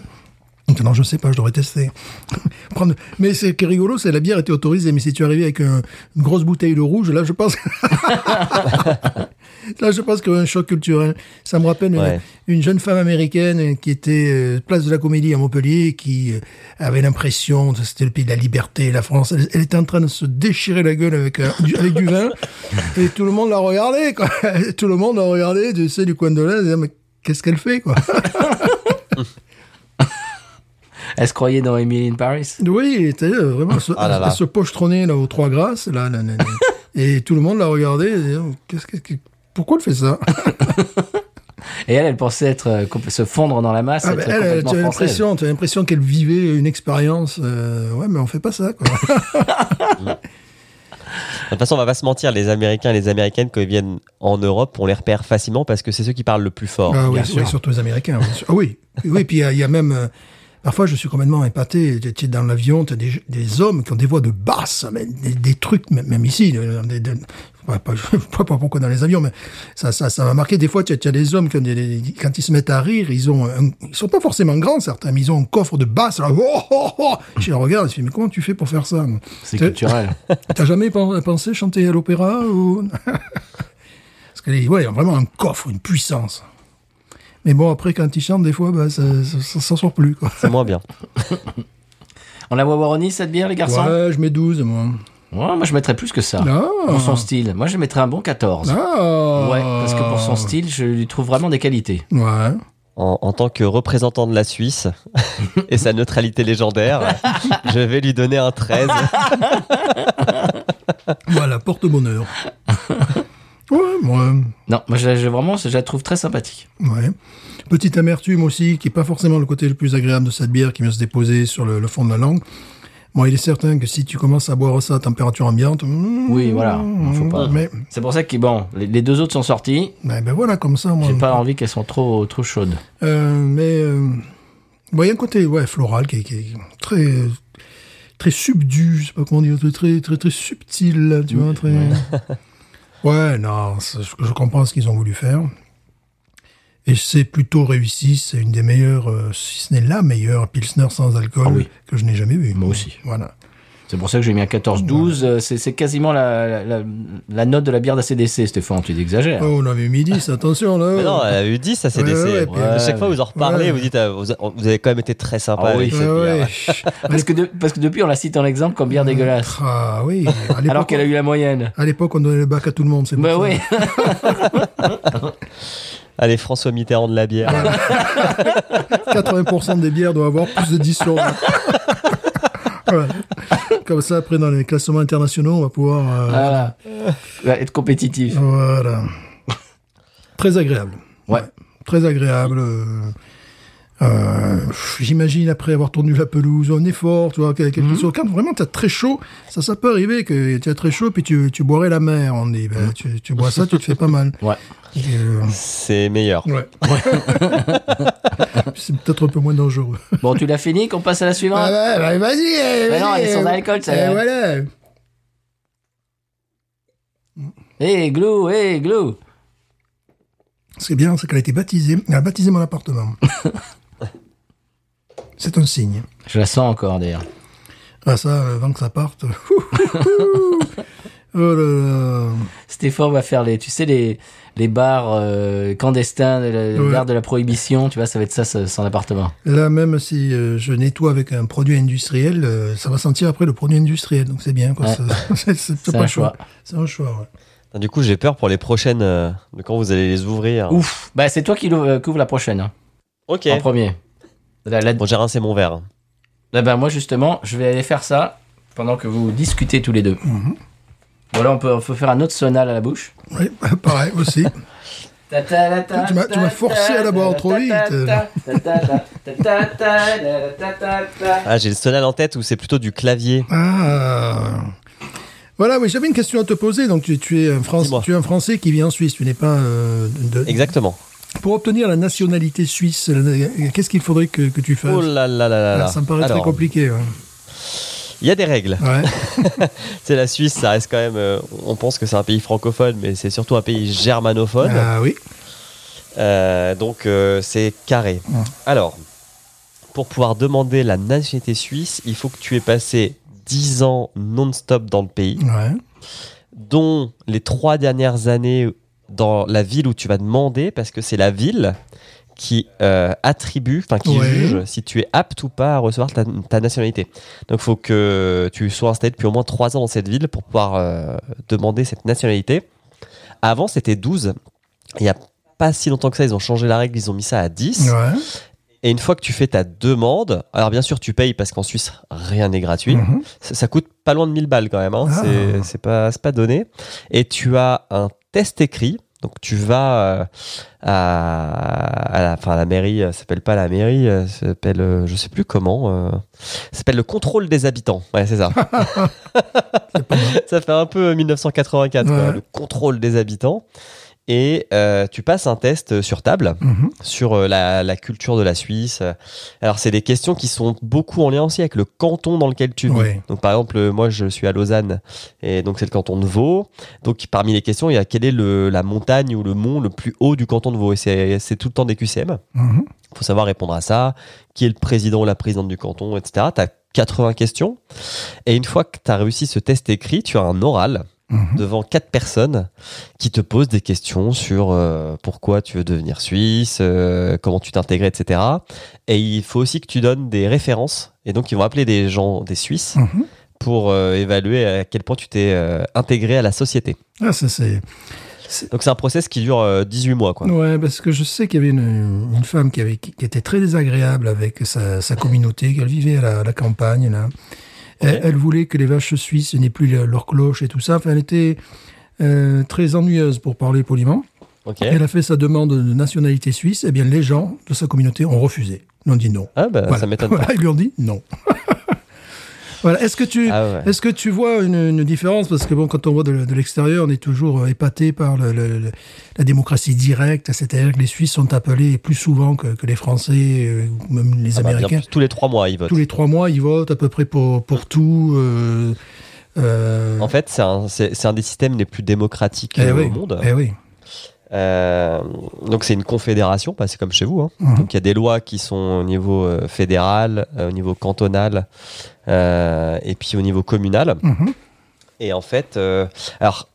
Speaker 2: Maintenant, je sais pas, je devrais tester. Prendre... Mais ce qui est rigolo, c'est que la bière était autorisée. Mais si tu arrivais avec un- une grosse bouteille de rouge, là, je pense Là, je pense qu'il y a eu un choc culturel. Ça me rappelle une-
Speaker 3: Ouais.
Speaker 2: une, jeune femme américaine qui était euh, place de la Comédie à Montpellier, qui euh, avait l'impression que c'était le pays de la liberté, la France. Elle, elle était en train de se déchirer la gueule avec, un- du, avec du vin, et tout le monde la regardait, quoi. Tout le monde la regardait, tu sais, du coin de l'œil, en disant, mais qu'est-ce qu'elle fait, quoi.
Speaker 1: Elle se croyait dans Emily in Paris.
Speaker 2: Oui, elle était euh, vraiment à se,
Speaker 3: Ah là là.
Speaker 2: à se pochetronnait là aux trois grâces, là, là, là, là. et tout le monde la regardait, et disait, Oh, Qu'est-ce que- que- pourquoi elle fait ça
Speaker 1: Et elle, elle pensait être, euh, compl- se fondre dans la masse,
Speaker 2: Ah,
Speaker 1: être
Speaker 2: bah, elle, elle,
Speaker 1: complètement
Speaker 2: tu as
Speaker 1: française.
Speaker 2: l'impression, tu as l'impression qu'elle vivait une expérience. euh, ouais, mais on fait pas ça, quoi.
Speaker 3: De toute façon, on va pas se mentir, les Américains et les Américaines, quand ils viennent en Europe, on les repère facilement parce que c'est ceux qui parlent le plus fort.
Speaker 2: Ah
Speaker 1: bien
Speaker 2: oui,
Speaker 1: sûr.
Speaker 2: oui, surtout les Américains. bien sûr. Ah oui, oui, puis il y, a- il y a même. euh, Parfois, je suis complètement épaté. Tu es dans l'avion, tu as des, des hommes qui ont des voix de basse, mais des, des trucs, même même ici. euh, des- des- ouais, pas- je ne sais pas pourquoi dans les avions, mais ça ça ça m'a marqué. Des fois, tu as, tu as des hommes qui ont des- des- quand ils se mettent à rire, ils ont un- ils sont pas forcément grands, certains, mais ils ont un coffre de basse. Là, oh, oh, oh. Je les regarde, je me dis, mais comment tu fais pour faire ça
Speaker 1: C'est
Speaker 2: T'as-
Speaker 1: culturel.
Speaker 2: T'as jamais pen- pensé chanter à l'opéra ou Parce que les, ouais, ils ont vraiment un coffre, une puissance. Mais bon, après, quand ils chantent, des fois, bah, ça, ça, ça s'en sort plus. Quoi.
Speaker 3: C'est moins bien.
Speaker 1: On la voit Waroni, cette bière, les garçons
Speaker 2: Ouais, je mets 12, moi.
Speaker 1: Ouais, Moi, je mettrais plus que ça.
Speaker 2: Ah.
Speaker 1: Pour son style. Moi, je mettrais un bon 14.
Speaker 2: Ah.
Speaker 1: Ouais, parce que pour son style, je lui trouve vraiment des qualités.
Speaker 2: Ouais.
Speaker 3: En, en tant que représentant de la Suisse et sa neutralité légendaire, je vais lui donner un 13.
Speaker 2: Voilà, porte-bonheur. ouais, moi.
Speaker 1: Non, moi, je, je- vraiment, je la trouve très sympathique.
Speaker 2: Ouais. Petite amertume aussi, qui est pas forcément le côté le plus agréable de cette bière qui vient se déposer sur le, le fond de la langue. Bon, il est certain que si tu commences à boire ça à température ambiante. mm,
Speaker 1: Oui, voilà. Faut pas-
Speaker 2: Mais,
Speaker 1: C'est pour ça que, bon, les, les deux autres sont sortis.
Speaker 2: mais ben voilà, comme ça, moi.
Speaker 1: J'ai pas envie qu'elles soient trop, trop chaudes.
Speaker 2: Euh, mais euh, bon, il y a un côté ouais, floral qui est, qui est très très subdu, je sais pas comment dire, très très très, très subtil, tu vois, très. Ouais, non, c'est- je, je comprends ce qu'ils ont voulu faire. Et c'est plutôt réussi, c'est une des meilleures, euh, si ce n'est la meilleure Pilsner sans alcool
Speaker 1: Ah oui.
Speaker 2: que je n'ai jamais vue.
Speaker 1: Moi aussi.
Speaker 2: Voilà.
Speaker 1: C'est pour ça que j'ai mis un 14-12. euh, C'est c'est quasiment la, la- la- la note de la bière d'ACDC, Stéphane. Tu exagères.
Speaker 2: Oh, on avait mis 10, attention là.
Speaker 3: Mais non, elle a eu 10 à CDC.
Speaker 2: Ouais, ouais, ouais,
Speaker 3: à
Speaker 1: puis-
Speaker 3: chaque fois, vous en reparlez,
Speaker 2: Ouais.
Speaker 3: vous dites, ah, vous, a- vous avez quand même été très sympa.
Speaker 1: Ah oui.
Speaker 3: avec
Speaker 2: Ouais,
Speaker 3: cette bière.
Speaker 2: ouais.
Speaker 1: Parce que, de- parce que depuis, on la cite en exemple comme bière dégueulasse.
Speaker 2: Ah oui, à
Speaker 1: Alors
Speaker 2: l'époque,
Speaker 1: qu'elle a eu la moyenne.
Speaker 2: à l'époque, on donnait le bac à tout le monde, c'est pour
Speaker 1: Bah
Speaker 2: ça.
Speaker 1: oui.
Speaker 3: Allez, François Mitterrand de la bière.
Speaker 2: 80% des bières doivent avoir plus de 10 sur 20. Voilà. Comme ça, après, dans les classements internationaux, on va pouvoir... euh,
Speaker 1: Voilà. Ouais, Être compétitif.
Speaker 2: Voilà. Très agréable.
Speaker 1: Ouais.
Speaker 2: Très agréable. euh, euh, J'imagine, après avoir tourné la pelouse, un effort, tu vois, quel- quelque
Speaker 1: Mhm.
Speaker 2: chose. Quand vraiment t'as très chaud, ça, ça peut arriver que tu as très chaud, puis tu, tu boirais la mer, on dit. Ben, tu, tu bois ça, tu te fais pas mal.
Speaker 1: Mhm. Ouais.
Speaker 2: Et, euh,
Speaker 3: C'est meilleur.
Speaker 2: ouais. C'est peut-être un peu moins dangereux.
Speaker 1: Bon, tu l'as fini, qu'on passe à la suivante.
Speaker 2: Ah bah, bah, vas-y. eh,
Speaker 1: Mais non,
Speaker 2: vas-y,
Speaker 1: elle est sans
Speaker 2: eh,
Speaker 1: alcool, celle-là.
Speaker 2: eh, voilà.
Speaker 1: Hé, Eh, Glou, hé, Glou.
Speaker 2: Ce qui est bien, c'est qu'elle a été baptisée. Elle a baptisé mon appartement. c'est un signe.
Speaker 1: Je la sens encore, d'ailleurs.
Speaker 2: Ah ça, euh, avant que ça parte. ouh, ouh, oh là là.
Speaker 1: Stéphane va faire les, tu sais, les, les bars euh, clandestins, le, le
Speaker 2: Ouais.
Speaker 1: bar de la prohibition, tu vois, ça va être ça, ça- son appartement.
Speaker 2: Là, même si euh, je nettoie avec un produit industriel, euh, ça va sentir après le produit industriel. Donc c'est bien. quoi.
Speaker 1: Ouais.
Speaker 2: Ça- C'est c'est
Speaker 1: C'est
Speaker 2: pas
Speaker 1: un
Speaker 2: le
Speaker 1: choix.
Speaker 2: C'est un choix. ouais.
Speaker 3: Ah, Du coup, j'ai peur pour les prochaines, euh, de quand vous allez les ouvrir.
Speaker 1: Ouf. Bah, c'est toi qui l'ouvre- euh, couvre la prochaine, hein,
Speaker 3: Ok.
Speaker 1: en premier. La- la-
Speaker 3: Bon, j'ai rincé mon verre.
Speaker 1: là, bah, moi, justement, je vais aller faire ça pendant que vous discutez tous les deux.
Speaker 2: Mhm.
Speaker 1: Voilà, on peut, on peut faire un autre sonal à la bouche.
Speaker 2: Oui, pareil aussi.
Speaker 1: Ta ta la ta
Speaker 2: Tu m'as- tu m'as
Speaker 1: ta
Speaker 2: forcé
Speaker 1: ta
Speaker 2: à la boire
Speaker 1: ta
Speaker 2: trop
Speaker 1: ta
Speaker 2: vite.
Speaker 1: ta ta ta ta ta ta ta ta ta.
Speaker 3: Ah, j'ai le sonal en tête ou c'est plutôt du clavier
Speaker 2: Ah. Voilà, oui, j'avais une question à te poser. Donc tu, tu es, un Français,
Speaker 3: Dis-moi.
Speaker 2: tu es un Français qui vit en Suisse. Tu n'es pas euh, de-
Speaker 3: Exactement.
Speaker 2: Pour obtenir la nationalité suisse, euh, qu'est-ce qu'il faudrait que, que tu fasses
Speaker 3: Oh là là là là là.
Speaker 2: Ah, Ça me paraît
Speaker 3: Alors,
Speaker 2: très compliqué. ouais.
Speaker 3: Il y a des règles.
Speaker 2: Ouais.
Speaker 3: C'est la Suisse, ça reste quand même. euh, on pense que c'est un pays francophone, mais c'est surtout un pays germanophone.
Speaker 2: Ah oui.
Speaker 3: Euh, donc euh, c'est carré. Alors, pour pouvoir demander la nationalité suisse, il faut que tu aies passé 10 ans non-stop dans le pays,
Speaker 2: Ouais.
Speaker 3: dont les trois dernières années dans la ville où tu vas demander, parce que c'est la ville qui euh, attribue, enfin qui
Speaker 2: Ouais.
Speaker 3: juge si tu es apte ou pas à recevoir ta, ta nationalité. Donc il faut que tu sois installé depuis au moins 3 ans dans cette ville pour pouvoir euh, demander cette nationalité. Avant c'était 12, il n'y a pas si longtemps que ça, ils ont changé la règle, ils ont mis ça à 10.
Speaker 2: Ouais.
Speaker 3: Et une fois que tu fais ta demande, alors bien sûr tu payes parce qu'en Suisse rien n'est gratuit,
Speaker 2: Mhm.
Speaker 3: ça, ça coûte pas loin de 1000 balles quand même, hein.
Speaker 2: Ah.
Speaker 3: C'est- c'est pas, c'est pas donné. Et tu as un test écrit, donc tu vas euh, à, à la, enfin, à la mairie, euh, ça s'appelle pas la mairie, euh, ça s'appelle euh, je sais plus comment, euh, ça s'appelle le contrôle des habitants, ouais c'est ça. ça fait un peu 1984, quoi,
Speaker 2: Ouais.
Speaker 3: le contrôle des habitants. Et euh, tu passes un test sur table
Speaker 2: Mhm.
Speaker 3: sur euh, la, la culture de la Suisse. Alors, c'est des questions qui sont beaucoup en lien aussi avec le canton dans lequel tu vis.
Speaker 2: Ouais.
Speaker 3: Donc, par exemple, euh, moi, je suis à Lausanne, et donc c'est le canton de Vaud. Donc, parmi les questions, il y a quelle est le- la montagne ou le mont le plus haut du canton de Vaud Et c'est c'est tout le temps des QCM.
Speaker 2: Mhm.
Speaker 3: Il faut savoir répondre à ça. Qui est le président ou la présidente du canton, etc. Tu as 80 questions. Et une fois que tu as réussi ce test écrit, tu as un oral
Speaker 2: Mhm.
Speaker 3: devant quatre personnes qui te posent des questions sur euh, pourquoi tu veux devenir suisse, euh, comment tu t'intègres, etc. Et il faut aussi que tu donnes des références. Et donc, ils vont appeler des gens, des Suisses,
Speaker 2: Mhm.
Speaker 3: pour euh, évaluer à quel point tu t'es euh, intégré à la société.
Speaker 2: Ah, ça, c'est.
Speaker 3: Donc, c'est un process qui dure euh, 18 mois, quoi.
Speaker 2: Ouais, parce que je sais qu'il y avait une, une femme qui, avait, qui, qui était très désagréable avec sa, sa communauté, qu'elle vivait à la, à la campagne, là. Elle, elle voulait que les vaches suisses n'aient plus leur- leur cloche et tout ça. Enfin, elle était euh, très ennuyeuse pour parler poliment.
Speaker 3: Ok.
Speaker 2: Elle a fait sa demande de nationalité suisse. Eh bien, les gens de sa communauté ont refusé. Ils ont dit non.
Speaker 3: Ah, bah,
Speaker 2: Voilà.
Speaker 3: ça m'étonne pas.
Speaker 2: Voilà, ils lui ont dit non. voilà. Est-ce que tu
Speaker 3: Ah ouais.
Speaker 2: est-ce que tu vois une, une différence parce que bon, quand on voit de, de l'extérieur, on est toujours euh, épaté par le- le- le- la démocratie directe, c'est-à-dire que les Suisses sont appelés plus souvent que, que les Français, euh, ou même les
Speaker 3: Ah bah, bien
Speaker 2: Américains.
Speaker 3: plus, tous les trois mois, ils votent.
Speaker 2: Tous les trois mois, ils votent à peu près pour pour tout. euh, euh,
Speaker 3: En fait, c'est un, c'est- c'est un des systèmes les plus démocratiques
Speaker 2: eh
Speaker 3: euh,
Speaker 2: oui,
Speaker 3: au monde.
Speaker 2: eh oui.
Speaker 3: Euh, donc c'est une confédération, bah, c'est comme chez vous. hein.
Speaker 2: Mhm.
Speaker 3: Donc il y a des lois qui sont au niveau euh, fédéral, euh, au niveau cantonal, euh, et puis au niveau communal.
Speaker 2: Mhm.
Speaker 3: Et en fait, euh, alors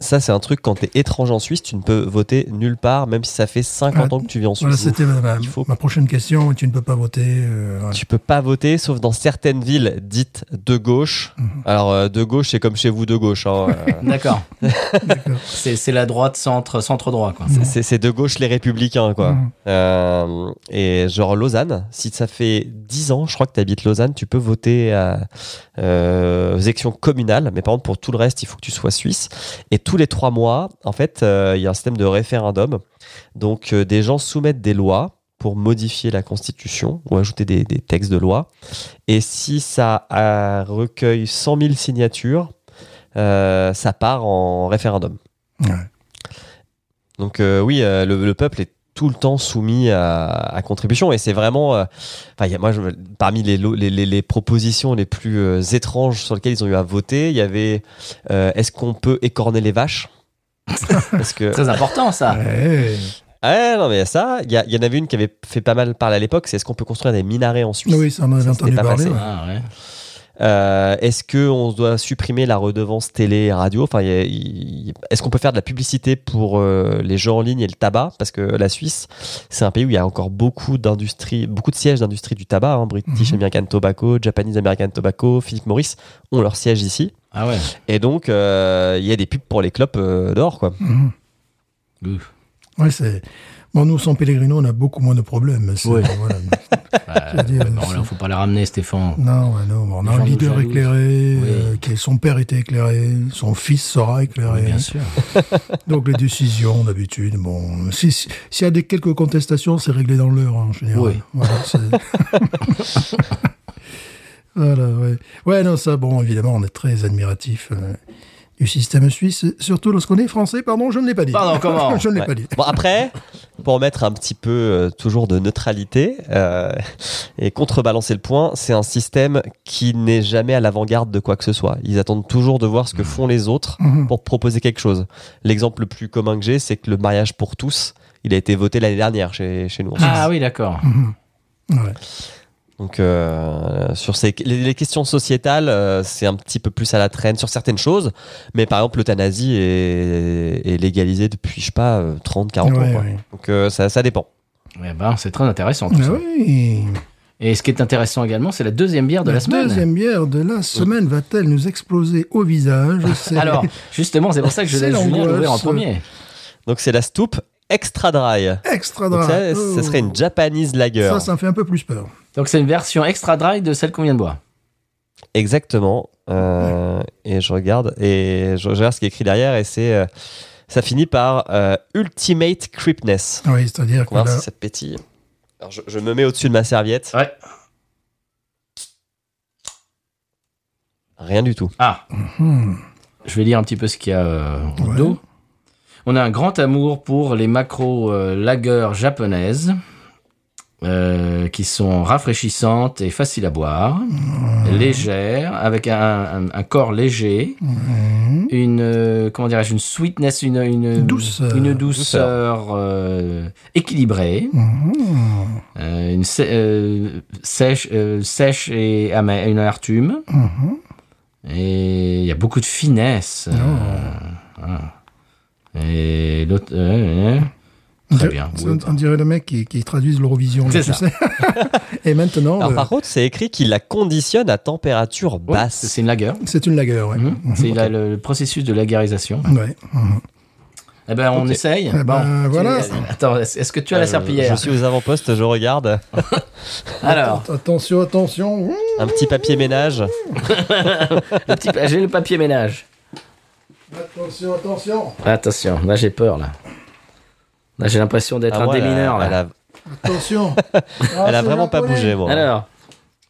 Speaker 3: ça c'est un truc quand t'es étranger en Suisse, tu ne peux voter nulle part, même si ça fait 50
Speaker 2: Ah,
Speaker 3: ans que tu vis en
Speaker 2: Voilà,
Speaker 3: Suisse.
Speaker 2: c'était ma, ma-
Speaker 3: Il faut-
Speaker 2: ma prochaine question. Tu ne peux pas voter. euh, voilà.
Speaker 3: tu peux pas voter sauf dans certaines villes dites de gauche.
Speaker 2: Mhm.
Speaker 3: Alors euh, de gauche c'est comme chez vous de gauche. hein, euh,
Speaker 1: D'accord.
Speaker 2: D'accord.
Speaker 1: C'est c'est la droite centre, centre droit, quoi.
Speaker 3: C'est- C'est c'est de gauche les républicains, quoi.
Speaker 2: Mhm.
Speaker 3: Euh, et genre Lausanne, si ça fait 10 ans, je crois que tu habites Lausanne, tu peux voter à, euh, aux élections communales. Mais par contre, pour tout le reste, il faut que tu sois suisse. Et tous les 3 mois, en fait, euh, il y a un système de référendum. Donc, euh, des gens soumettent des lois pour modifier la constitution ou ajouter des, des textes de loi. Et si ça euh, recueille 100 000 signatures, euh, ça part en référendum.
Speaker 2: Ouais.
Speaker 3: Donc euh, oui, euh, le, le peuple est tout le temps soumis à, à contribution et c'est vraiment, euh, enfin, il y a- moi, je, parmi les, lo- les, les- les propositions les plus euh, étranges sur lesquelles ils ont eu à voter, il y avait euh, est-ce qu'on peut écorner les vaches Parce
Speaker 2: Euh,
Speaker 3: que
Speaker 1: Très important, ça.
Speaker 2: Ouais.
Speaker 3: ah non mais ça, il y, a- il y en avait une qui avait fait pas mal parler à l'époque, c'est est-ce qu'on peut construire des minarets en Suisse
Speaker 2: Oui, ça on en avait
Speaker 3: Ça,
Speaker 2: entendu
Speaker 3: c'était pas
Speaker 2: parler.
Speaker 3: passé.
Speaker 2: ouais.
Speaker 1: Ah, ouais.
Speaker 3: Euh, Est-ce qu'on doit supprimer la redevance télé et radio enfin, il y a- il- Est-ce qu'on peut faire de la publicité pour euh, les jeux en ligne et le tabac Parce que la Suisse, c'est un pays où il y a encore beaucoup d'industries, beaucoup de sièges d'industrie du tabac. hein. British
Speaker 2: Mhm.
Speaker 3: American Tobacco, Japanese American Tobacco, Philip Morris ont leur siège ici.
Speaker 1: Ah ouais.
Speaker 3: Et donc, euh, il y a des pubs pour les clopes euh, dehors. Quoi.
Speaker 2: Mhm.
Speaker 1: Ouf.
Speaker 2: Ouais, c'est. Bon, nous, San Pellegrino, on a beaucoup moins de problèmes. c'est-
Speaker 1: Ouais.
Speaker 2: voilà.
Speaker 1: Bah,
Speaker 2: veux dire,
Speaker 1: bon,
Speaker 2: c'est-
Speaker 1: là, faut pas la ramener, Stéphane.
Speaker 2: Non, ouais, non, bon, on a
Speaker 1: Les gens
Speaker 2: un
Speaker 1: nous
Speaker 2: leader
Speaker 1: jalousent.
Speaker 2: éclairé,
Speaker 1: Oui.
Speaker 2: euh, qui- son père était éclairé, son fils sera éclairé.
Speaker 1: Bien sûr.
Speaker 2: Donc les décisions, d'habitude, bon, si- si- s'il y a des, quelques contestations, c'est réglé dans l'heure hein, en général.
Speaker 1: Oui.
Speaker 2: Voilà, c'est- Voilà, ouais. Ouais, non, ça, bon, évidemment, on est très admiratif euh, du système suisse, surtout lorsqu'on est français. Pardon, je ne l'ai pas dit.
Speaker 1: Pardon, comment
Speaker 2: Je ne l'ai
Speaker 3: Ouais.
Speaker 2: pas dit.
Speaker 3: Bon, après, pour mettre un petit peu euh, toujours de neutralité euh, et contrebalancer le point, c'est un système qui n'est jamais à l'avant-garde de quoi que ce soit. Ils attendent toujours de voir ce que font les autres
Speaker 2: Mhm.
Speaker 3: pour proposer quelque chose. L'exemple le plus commun que j'ai, c'est que le mariage pour tous, il a été voté l'année dernière chez, chez nous. en Suisse.
Speaker 1: Ah oui, d'accord.
Speaker 2: Mhm. Ouais.
Speaker 3: Donc euh, sur ces les, les questions sociétales, euh, c'est un petit peu plus à la traîne sur certaines choses, mais par exemple l'euthanasie est, est légalisée depuis je sais pas 30 40 ans
Speaker 2: Ouais,
Speaker 3: quoi.
Speaker 2: ouais.
Speaker 3: Donc euh, ça ça dépend.
Speaker 1: Eh ben, c'est très intéressant. tout
Speaker 2: Ah
Speaker 1: ça.
Speaker 2: oui.
Speaker 1: Et ce qui est intéressant également, c'est la deuxième bière de la,
Speaker 2: la
Speaker 1: semaine.
Speaker 2: deuxième bière de la semaine va-t-elle nous exploser au visage C'est-
Speaker 1: Alors, justement, c'est pour ça que je
Speaker 2: C'est
Speaker 1: laisse Julien
Speaker 2: l'angoisse.
Speaker 1: l'ouvrir en premier.
Speaker 3: Donc c'est la stoupe extra dry.
Speaker 2: extra
Speaker 3: Donc
Speaker 2: dry.
Speaker 3: ça, ça
Speaker 2: Oh.
Speaker 3: serait une Japanese lager.
Speaker 2: Ça, ça me fait un peu plus peur.
Speaker 1: Donc, c'est une version extra dry de celle qu'on vient de boire.
Speaker 3: Exactement. Euh, Et je regarde et je, je regarde ce qui est écrit derrière et c'est euh, ça finit par euh, ultimate creepness.
Speaker 2: Oui, c'est-à-dire que
Speaker 3: On va voir
Speaker 2: là-
Speaker 3: si ça te pétille. Alors je, je me mets au-dessus de ma serviette.
Speaker 1: Ouais.
Speaker 3: Rien du tout.
Speaker 1: Ah,
Speaker 2: Hmm.
Speaker 1: je vais lire un petit peu ce qu'il y a euh, en
Speaker 2: Ouais.
Speaker 1: dos. On a un grand amour pour les macros euh, lagers japonaises. euh, qui sont rafraîchissantes et faciles à boire, légères, avec un, un- un corps léger,
Speaker 2: hmm,
Speaker 1: une euh, comment dirais-je, une sweetness, une une
Speaker 2: Douceur.
Speaker 1: une douceur, euh, équilibrée,
Speaker 2: Mhm.
Speaker 1: euh, une sé- euh, sèche euh, sèche et amère, une amertume.
Speaker 2: Mhm. Oh.
Speaker 1: Et il y a beaucoup de finesse. Euh, ah. Et l'autre. euh, euh, très bien.
Speaker 2: C'est-
Speaker 1: Oui,
Speaker 2: On dirait le mec qui, qui traduisent l'Eurovision. là,
Speaker 1: C'est
Speaker 2: tu
Speaker 1: ça.
Speaker 2: sais. Et maintenant,
Speaker 3: Alors,
Speaker 2: euh,
Speaker 3: par contre, c'est écrit qu'il la conditionne à température
Speaker 1: ouais,
Speaker 3: basse.
Speaker 1: c'est une lagueur.
Speaker 2: c'est une lagueur. Ouais.
Speaker 1: C'est la- le, le processus de lagarisation.
Speaker 2: Ouais. Mhm.
Speaker 1: Eh ben, on
Speaker 3: Ok.
Speaker 1: essaye.
Speaker 2: Eh ben,
Speaker 1: Tu-
Speaker 2: voilà.
Speaker 1: Attends, est-ce est-ce que tu as
Speaker 3: Euh,
Speaker 1: la serpillière
Speaker 3: Je suis aux avant-postes, je regarde.
Speaker 1: Alors,
Speaker 2: Attention, attention. Ouh.
Speaker 3: Un petit papier ménage.
Speaker 1: le petit pa- j'ai le papier ménage.
Speaker 2: Attention, attention.
Speaker 1: Attention, là j'ai peur là. Là j'ai l'impression d'être
Speaker 3: Ah,
Speaker 1: un
Speaker 3: moi, elle a-
Speaker 1: démineur là.
Speaker 3: Elle a,
Speaker 2: Attention.
Speaker 3: elle
Speaker 2: Ah,
Speaker 3: a vraiment pas bougé, moi.
Speaker 1: Alors,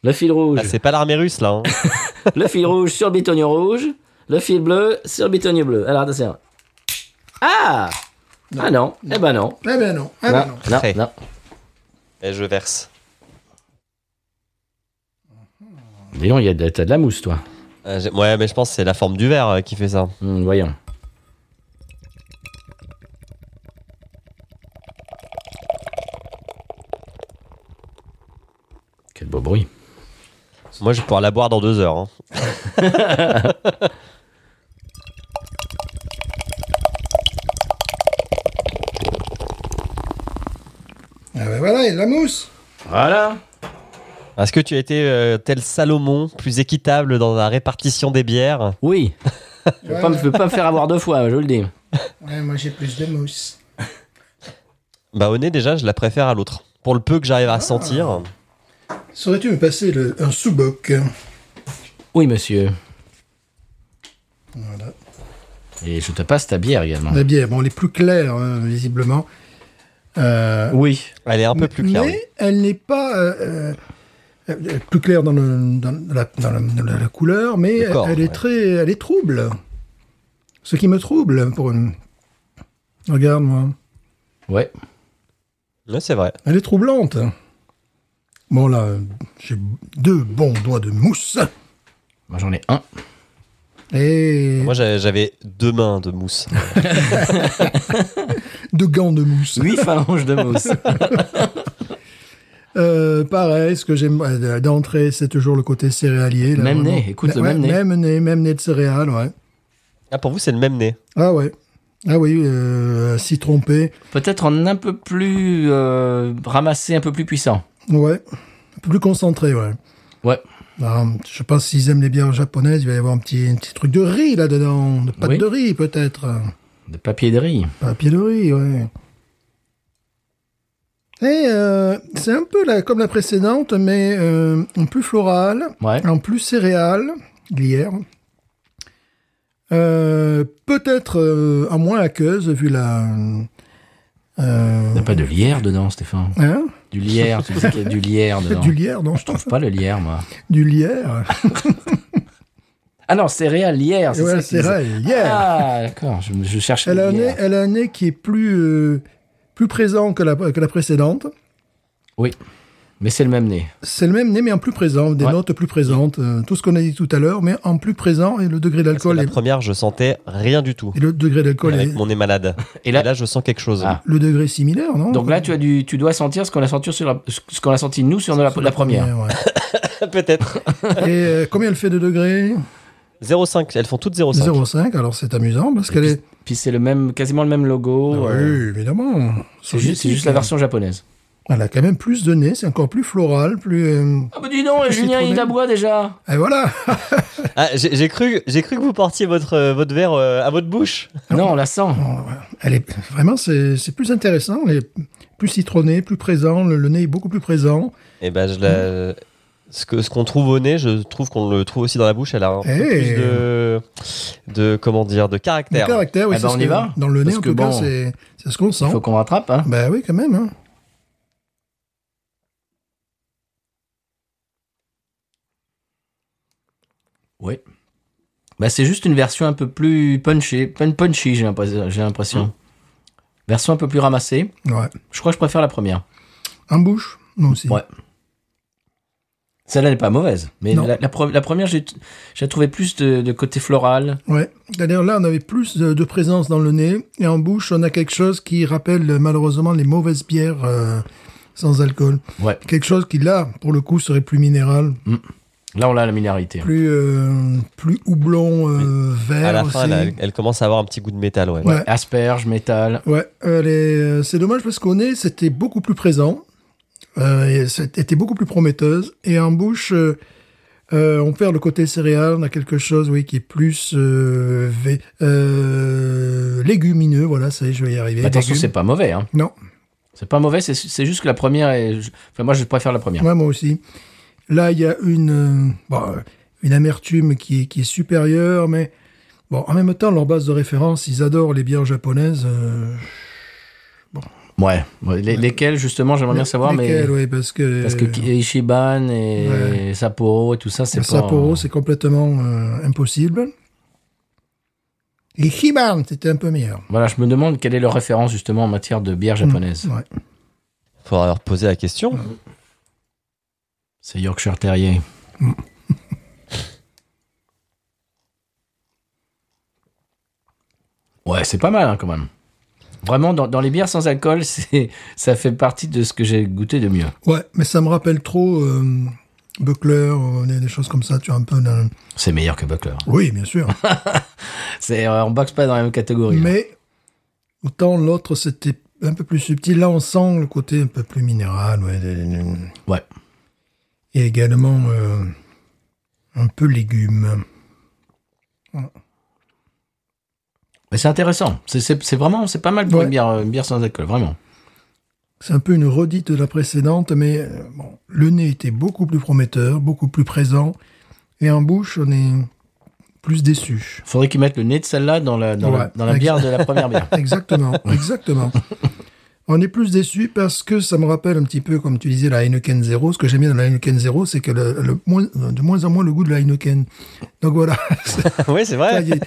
Speaker 1: le fil rouge.
Speaker 3: Ah, c'est pas l'armée russe, là. hein.
Speaker 1: Le fil rouge sur le bitonio rouge. Le fil bleu sur le bitonio bleu. Alors, attention. Ah Ah non. Eh ben non.
Speaker 2: Eh ben non. Eh ben non.
Speaker 1: non,
Speaker 3: Prêt.
Speaker 1: non.
Speaker 3: Et je verse.
Speaker 1: Dis donc, il y a de, t'as de la mousse, toi.
Speaker 3: Euh, j'ai- ouais, mais je pense que c'est la forme du verre euh, qui fait ça.
Speaker 1: Hum, voyons. Quel beau bruit.
Speaker 3: Moi, je vais pouvoir la boire dans deux heures. hein.
Speaker 2: Ah ben voilà, il y a de la mousse.
Speaker 1: Voilà.
Speaker 3: Est-ce que tu as été euh, tel Salomon, plus équitable dans la répartition des bières
Speaker 1: Oui. Je
Speaker 2: Ouais.
Speaker 1: ne peux pas me faire avoir deux fois, je vous le dis.
Speaker 2: Ouais, moi, j'ai plus de mousse.
Speaker 3: Bah, au nez, déjà, je la préfère à l'autre. Pour le peu que j'arrive à sentir.
Speaker 2: Saurais-tu me passer le, un sous-boc
Speaker 1: Oui, monsieur.
Speaker 2: Voilà.
Speaker 1: Et je te passe ta bière également.
Speaker 2: La bière, bon, elle est plus claire, hein, visiblement. Euh,
Speaker 1: Oui.
Speaker 3: Elle est un peu plus claire.
Speaker 2: Mais elle n'est pas euh, euh, euh, plus claire dans, le- dans la, dans la- dans la- la couleur, mais
Speaker 3: Le corps,
Speaker 2: elle est
Speaker 3: ouais.
Speaker 2: très, elle est trouble. Ce qui me trouble pour une. Regarde moi,
Speaker 1: Ouais.
Speaker 3: oui. Ouais, c'est vrai.
Speaker 2: elle est troublante. Bon là, euh, j'ai deux bons doigts de mousse
Speaker 1: Moi, j'en ai un.
Speaker 2: et
Speaker 3: Moi, j'a- j'avais deux mains de mousse.
Speaker 2: deux gants de mousse.
Speaker 1: Huit phalanges de mousse.
Speaker 2: Euh, pareil, ce que j'aime euh, d'entrée, c'est toujours le côté céréalier. là,
Speaker 1: Même
Speaker 2: vraiment.
Speaker 1: nez, écoute, le
Speaker 2: Ouais,
Speaker 1: même nez.
Speaker 2: Même nez, même nez de céréales, ouais.
Speaker 3: Ah, pour vous, c'est le même nez.
Speaker 2: Ah ouais. Ah oui, euh, s'y tromper.
Speaker 1: Peut-être en un peu plus euh, ramassé, un peu plus puissant.
Speaker 2: Ouais. Un peu plus concentré, ouais.
Speaker 1: Ouais.
Speaker 2: Ah, je sais pas s'ils aiment les bières japonaises, il va y avoir un petit, un petit truc de riz là-dedans. De pâte
Speaker 1: Oui.
Speaker 2: de riz, peut-être.
Speaker 1: De papier de riz.
Speaker 2: Papier de riz, ouais. Et euh, c'est un peu la- comme la précédente, mais euh, en plus floral,
Speaker 1: Ouais.
Speaker 2: en plus céréales, l'hier. Euh, peut-être euh, en moins aqueuse, vu la... euh,
Speaker 1: T'as pas de lierre dedans, Stéphane
Speaker 2: hein
Speaker 1: Du lierre, tu disais qu'il y a du lierre dedans.
Speaker 2: Du lierre, non, je
Speaker 1: Je
Speaker 2: trouve
Speaker 1: trouve pas le lierre, moi.
Speaker 2: Du lierre.
Speaker 1: Ah non, céréales, lierre, c'est
Speaker 2: Ouais,
Speaker 1: ça
Speaker 2: c'est
Speaker 1: qu'ils
Speaker 2: vrai,
Speaker 1: disaient.
Speaker 2: lierre.
Speaker 1: Ah, d'accord, je, je cherchais
Speaker 2: Elle a,
Speaker 1: le
Speaker 2: un nez,
Speaker 1: lierre.
Speaker 2: elle a un nez qui est plus, euh, plus présent que la, que la précédente.
Speaker 1: Oui, mais c'est le même nez.
Speaker 2: C'est le même nez, mais en plus présent, des
Speaker 1: Ouais.
Speaker 2: notes plus présentes. euh, tout ce qu'on a dit tout à l'heure, mais en plus présent, et le
Speaker 1: Ah,
Speaker 2: degré
Speaker 3: Parce que
Speaker 2: d'alcool
Speaker 3: la
Speaker 2: est,
Speaker 3: première, je sentais rien du tout.
Speaker 2: et le degré d'alcool est
Speaker 3: Avec mon nez malade.
Speaker 1: Et
Speaker 3: Et
Speaker 1: là-
Speaker 3: là, je sens quelque chose.
Speaker 1: Ah.
Speaker 2: le degré est similaire, non
Speaker 1: Donc là, tu, as du, tu dois sentir ce qu'on a senti, sur la- ce qu'on a senti nous sur la, la première.
Speaker 2: ouais.
Speaker 3: Peut-être.
Speaker 2: et euh, combien elle fait de degrés
Speaker 3: 0,5. Elles font toutes 0,5.
Speaker 2: 0,5. Alors c'est amusant parce qu'elle est. Ah
Speaker 1: Puis c'est le même, quasiment le même logo. euh,
Speaker 2: Oui, évidemment.
Speaker 1: c'est ju- c'est juste la version japonaise.
Speaker 2: Elle a quand même plus de nez, c'est encore plus floral, plus. euh,
Speaker 1: Ah bah dis donc,
Speaker 2: Plus
Speaker 1: Julien,
Speaker 2: citronné.
Speaker 1: il aboie déjà.
Speaker 2: Et voilà
Speaker 3: Ah, j'ai j'ai cru, j'ai cru que vous portiez votre, euh, votre verre euh, à votre bouche.
Speaker 1: Non, on la sent. hein.
Speaker 2: Elle est vraiment, c'est c'est plus intéressant. Elle est plus citronnée, plus présent. Le, le nez est beaucoup plus présent.
Speaker 3: Et ben, je
Speaker 2: Mmh.
Speaker 3: la- ce que ce qu'on trouve au nez, je trouve qu'on le trouve aussi dans la bouche. Elle a un peu
Speaker 2: Eh.
Speaker 3: plus de, de comment dire, de
Speaker 2: Le
Speaker 3: caractère.
Speaker 2: caractère, oui,
Speaker 1: Ah
Speaker 2: c'est
Speaker 1: ben,
Speaker 2: ce
Speaker 1: on
Speaker 2: que-
Speaker 1: y va.
Speaker 2: Dans le nez,
Speaker 1: Parce
Speaker 2: en
Speaker 1: que
Speaker 2: tout cas,
Speaker 1: bon,
Speaker 2: c'est c'est ce qu'on sent.
Speaker 1: Il faut qu'on rattrape, hein.
Speaker 2: Ben oui, quand même. hein.
Speaker 1: Oui. Bah, c'est juste une version un peu plus punchy, pun- punchy j'ai l'impression. j'ai l'impression. Version un peu plus ramassée.
Speaker 2: Ouais.
Speaker 1: Je crois que je préfère la première.
Speaker 2: En bouche Moi aussi.
Speaker 1: Ouais. Celle-là n'est pas mauvaise, mais
Speaker 2: Non.
Speaker 1: la, la pre- la première, j'ai j'ai trouvé plus de, de côté floral.
Speaker 2: Ouais. D'ailleurs, là, on avait plus de, de présence dans le nez. Et en bouche, on a quelque chose qui rappelle euh, malheureusement les mauvaises bières euh, sans alcool.
Speaker 1: Ouais.
Speaker 2: Quelque chose qui, là, pour le coup, serait plus minéral,
Speaker 1: Là, on a la minéralité.
Speaker 2: plus, euh, plus houblon euh, vert.
Speaker 3: à la fin,
Speaker 2: aussi.
Speaker 3: là, elle, elle commence à avoir un petit goût de métal, ouais.
Speaker 2: Ouais.
Speaker 1: Asperge, métal.
Speaker 2: Ouais, elle est- euh, c'est dommage parce qu'au nez, c'était beaucoup plus présent. Euh, et c'était beaucoup plus prometteuse. Et en bouche, euh, euh, on perd le côté céréal. On a quelque chose, oui, qui est plus euh, vé- euh, légumineux. Voilà, ça y est, je vais y arriver.
Speaker 1: Attention,
Speaker 2: Légumes.
Speaker 1: c'est pas mauvais. Hein.
Speaker 2: Non,
Speaker 1: C'est pas mauvais, c'est- c'est juste que la première est. je- Enfin, moi, je préfère la première.
Speaker 2: ouais, moi aussi. Là, il y a une, euh, bon, euh, une amertume qui, est- qui est supérieure, mais bon, en même temps, leur base de référence, ils adorent les bières japonaises. euh,
Speaker 1: Ouais. Ouais, les- lesquels, justement, j'aimerais bien savoir, mais.
Speaker 2: lesquelles, ouais, parce que
Speaker 1: Parce que Ki- Ichiban et
Speaker 2: Ouais.
Speaker 1: Sapporo et tout ça, c'est
Speaker 2: Le
Speaker 1: pas.
Speaker 2: Sapporo, c'est complètement euh, impossible. Et Himan, c'était un peu meilleur.
Speaker 1: Voilà, je me demande quelle est leur référence, justement, en matière de
Speaker 2: Mm.
Speaker 1: bière japonaise.
Speaker 2: Ouais.
Speaker 3: Faudra leur poser la question.
Speaker 1: C'est Yorkshire Terrier.
Speaker 2: Mm.
Speaker 1: ouais, c'est pas mal hein, quand même. Vraiment, dans, dans les bières sans alcool, c'est ça fait partie de ce que j'ai goûté de mieux.
Speaker 2: Ouais, mais ça me rappelle trop euh, Buckler, ou des, des choses comme ça, tu vois, un peu dans le-
Speaker 1: C'est meilleur que Buckler.
Speaker 2: Oui, bien sûr.
Speaker 1: C'est, euh, on boxe pas dans la même catégorie. là.
Speaker 2: mais autant l'autre, c'était un peu plus subtil. Là, on sent le côté un peu plus minéral. ouais, des- des-
Speaker 1: Ouais.
Speaker 2: Et également euh, un peu légumes.
Speaker 1: Mais c'est intéressant. C'est, c'est- c'est vraiment, c'est pas mal pour
Speaker 2: Ouais.
Speaker 1: une, bière, euh, une bière sans alcool, vraiment.
Speaker 2: C'est un peu une redite de la précédente, mais euh, bon, le nez était beaucoup plus prometteur, beaucoup plus présent. Et en bouche, on est plus déçu.
Speaker 1: Faudrait qu'ils mettent le nez de celle-là dans la, dans la-
Speaker 2: Ouais.
Speaker 1: dans la bière de la première bière.
Speaker 2: Exactement, exactement. On est plus déçu parce que ça me rappelle un petit peu, comme tu disais, la Heineken Zero. Ce que j'aime bien dans la Heineken Zero, c'est que le, le moins- de moins en moins le goût de la Heineken. Donc voilà,
Speaker 3: oui,
Speaker 2: Ça
Speaker 3: c'est vrai.
Speaker 2: y est.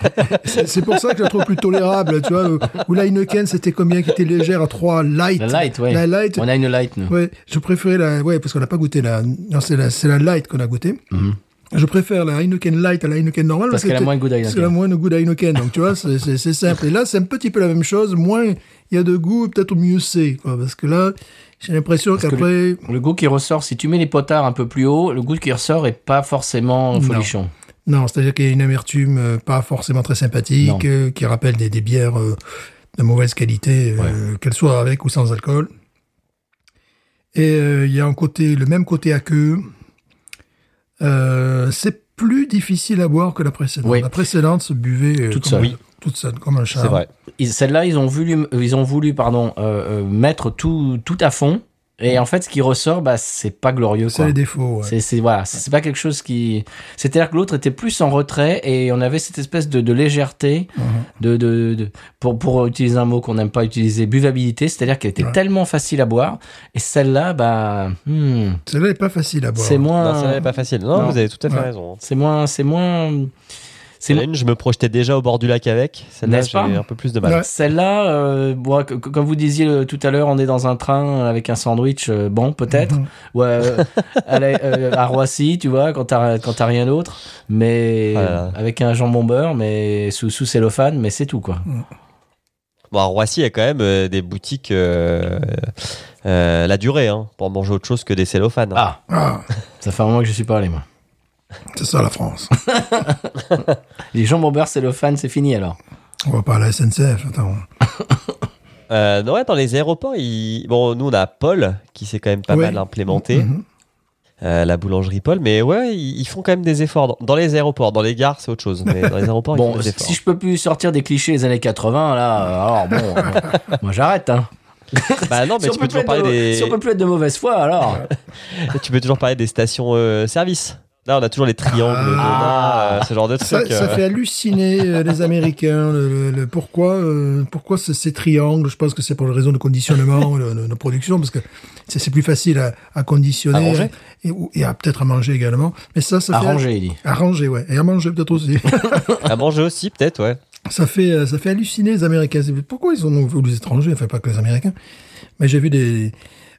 Speaker 2: c'est c'est pour ça que je la trouve plus tolérable, tu vois. Ou la Heineken, c'était combien qui était légère à 3 light.
Speaker 1: La light, ouais.
Speaker 2: La light,
Speaker 1: On a une light, nous.
Speaker 2: Ouais, je préférais la. Ouais, parce qu'on n'a pas goûté la. Non, c'est la, c'est la light qu'on a goûté. Je préfère la Heineken light à la Heineken normale.
Speaker 1: Mhm. Parce qu'elle a
Speaker 2: que-
Speaker 1: moins de goût d'Heineken.
Speaker 2: Parce qu'elle a moins de goût d'Heineken. Donc, tu vois, c'est- c'est c'est simple. Et là, c'est un petit peu la même chose. Moins il y a de goût, peut-être mieux c'est. quoi. Parce que là, j'ai l'impression
Speaker 1: Parce que
Speaker 2: qu'après.
Speaker 1: Le goût qui ressort, si tu mets les potards un peu plus haut, le goût qui ressort est pas forcément folichon.
Speaker 2: Non, c'est-à-dire qu'il y a une amertume euh, pas forcément très
Speaker 1: Non.
Speaker 2: sympathique, euh, qui rappelle des, des bières euh, de mauvaise qualité, euh, qu'elles soient avec ou sans alcool. Et euh, il y a un côté, le même côté aqueux. Euh, c'est plus difficile à boire que la précédente.
Speaker 1: Oui.
Speaker 2: La précédente se buvait euh,
Speaker 1: Toute
Speaker 2: comme
Speaker 1: seule.
Speaker 2: un-
Speaker 1: Oui.
Speaker 2: toute seule, comme un chat.
Speaker 3: C'est vrai.
Speaker 1: Ils- Celle-là, ils ont voulu, ils ont voulu pardon, euh, euh, mettre tout, tout à fond. Et en fait, ce qui ressort, bah, c'est pas glorieux.
Speaker 2: C'est
Speaker 1: Quoi.
Speaker 2: les défauts. ouais.
Speaker 1: C'est c'est- voilà, c'est c'est pas quelque chose qui. C'est-à-dire que l'autre était plus en retrait et on avait cette espèce de, de légèreté,
Speaker 2: Mhm.
Speaker 1: de, de, de- pour, pour utiliser un mot qu'on n'aime pas utiliser, buvabilité. C'est-à-dire qu'elle était
Speaker 2: Ouais.
Speaker 1: tellement facile à boire. Et celle-là, bah, hmm,
Speaker 2: Celle-là n'est pas facile à boire.
Speaker 1: c'est
Speaker 3: Non, Bah, ça
Speaker 1: moins,
Speaker 3: n'est pas facile. Non,
Speaker 1: Non.
Speaker 3: vous avez tout à fait
Speaker 2: Ouais.
Speaker 3: raison.
Speaker 1: c'est moins, c'est moins. C'est
Speaker 3: Celle-là, une, je me projetais déjà au bord du lac avec. Celle-là,
Speaker 1: N'est-ce
Speaker 3: j'ai
Speaker 1: pas
Speaker 3: un peu plus de mal.
Speaker 2: Ouais.
Speaker 1: Celle-là, euh, bon, c- c- comme vous disiez euh, tout à l'heure, on est dans un train avec un sandwich, euh, bon, peut-être.
Speaker 2: Mhm.
Speaker 1: Ouais, euh, à, la- euh, à Roissy, tu vois, quand t'as quand t'as rien d'autre. Mais
Speaker 3: Voilà.
Speaker 1: avec un jambon beurre, mais sous, sous cellophane, mais c'est tout, quoi.
Speaker 3: Bon, à Roissy, il y a quand même euh, des boutiques euh, euh, la durée hein, pour manger autre chose que des cellophanes. hein.
Speaker 1: Ah,
Speaker 2: Ah,
Speaker 1: ça fait un moment que je suis pas allé, moi.
Speaker 2: c'est ça la France.
Speaker 1: Les jambon beurre cellophane, c'est fini alors.
Speaker 2: On va pas à la SNCF. Attends.
Speaker 3: Euh, non, ouais, dans les aéroports, ils- bon, nous, on a Paul qui s'est quand même pas
Speaker 2: Ouais.
Speaker 3: mal implémenté.
Speaker 2: Mhm.
Speaker 3: euh, la boulangerie Paul, mais ouais, ils ils font quand même des efforts. Dans- Dans les aéroports, dans les gares, c'est autre chose, mais dans les aéroports, Oh, ils
Speaker 1: Bon,
Speaker 3: font des efforts.
Speaker 1: si je peux plus sortir des clichés des années 80, là, euh, alors bon, euh, moi j'arrête, hein.
Speaker 3: Bah non, mais
Speaker 1: si, on
Speaker 3: tu
Speaker 1: peut plus
Speaker 3: peux toujours
Speaker 1: être de,
Speaker 3: parler des,
Speaker 1: si on peut plus être de mauvaise foi, alors.
Speaker 3: tu peux toujours parler des stations euh, service. Là, on a toujours les
Speaker 2: Ah.
Speaker 3: triangles, qu'on a, euh, ce genre de
Speaker 2: Ça,
Speaker 3: truc.
Speaker 2: ça
Speaker 3: euh.
Speaker 2: fait halluciner euh, les Américains. le- le- le- pourquoi, euh, pourquoi ce- ces triangles Je pense que c'est pour les raisons de conditionnement de, de- de production, parce que c'est c'est plus facile à, à conditionner
Speaker 3: À ranger.
Speaker 2: et, ou- et à peut-être à manger également. Mais ça, ça
Speaker 1: À
Speaker 2: fait
Speaker 1: ranger, il dit.
Speaker 2: à ranger, ouais, et à manger peut-être aussi.
Speaker 3: À manger aussi, peut-être, ouais.
Speaker 2: Ça fait, euh, ça fait halluciner les Américains. C'est- Pourquoi ils en ont voulu les étrangers Enfin, pas que les Américains. Mais j'ai vu des,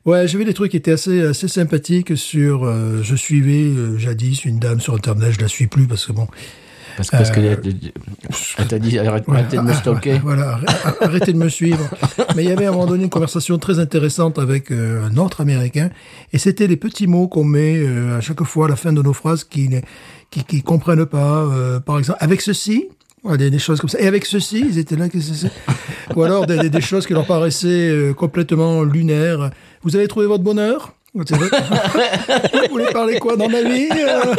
Speaker 2: ouais, j'ai vu des trucs qui étaient assez, assez sympathiques sur, euh, je suivais euh, jadis une dame sur Internet, je la suis plus parce que bon.
Speaker 1: Parce, parce que
Speaker 2: Euh,
Speaker 1: elle t'a dit arrête, arrêtez de me
Speaker 2: Ah,
Speaker 1: stalker.
Speaker 2: Voilà, arrê- arrêtez de me suivre. Mais il y avait à un moment donné une conversation très intéressante avec euh, un autre Américain, et c'était les petits mots qu'on met euh, à chaque fois à la fin de nos phrases qui ne- qui, qui comprennent pas. euh, par exemple, avec ceci. voilà, des, des choses comme ça. Et avec ceci, ils étaient là, qu'est-ce que c'est Ou alors des, des- des choses qui leur paraissaient euh, complètement lunaires. Vous avez trouvé votre bonheur Vous voulez parler quoi dans ma vie Euh,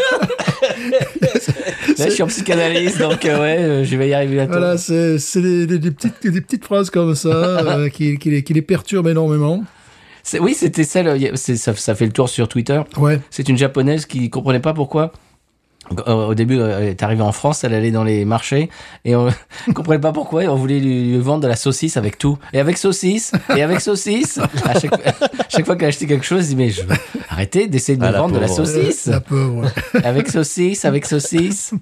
Speaker 1: Là, je suis en psychanalyse, donc euh, ouais, euh, je vais y arriver bientôt.
Speaker 2: Voilà, c'est c'est des, des- des petites, des petites phrases comme ça euh, qui, qui les, qui les perturbent énormément.
Speaker 1: C'est- Oui, c'était celle. euh, y a- c'est- Ça, ça fait le tour sur Twitter.
Speaker 2: Ouais.
Speaker 1: C'est une japonaise qui comprenait pas pourquoi. Euh, Au début, euh, elle est arrivée en France, elle allait dans les marchés et on comprenait pas pourquoi. et On voulait lui, lui vendre de la saucisse avec tout. Et avec saucisse, et avec saucisse. À chaque, chaque fois qu'elle achetait quelque chose, elle dit Mais je, arrêtez d'essayer de me
Speaker 3: Ah, la
Speaker 1: vendre de la
Speaker 3: pauvre.
Speaker 1: saucisse.
Speaker 2: Euh, La pauvre.
Speaker 1: Avec saucisse, avec saucisse.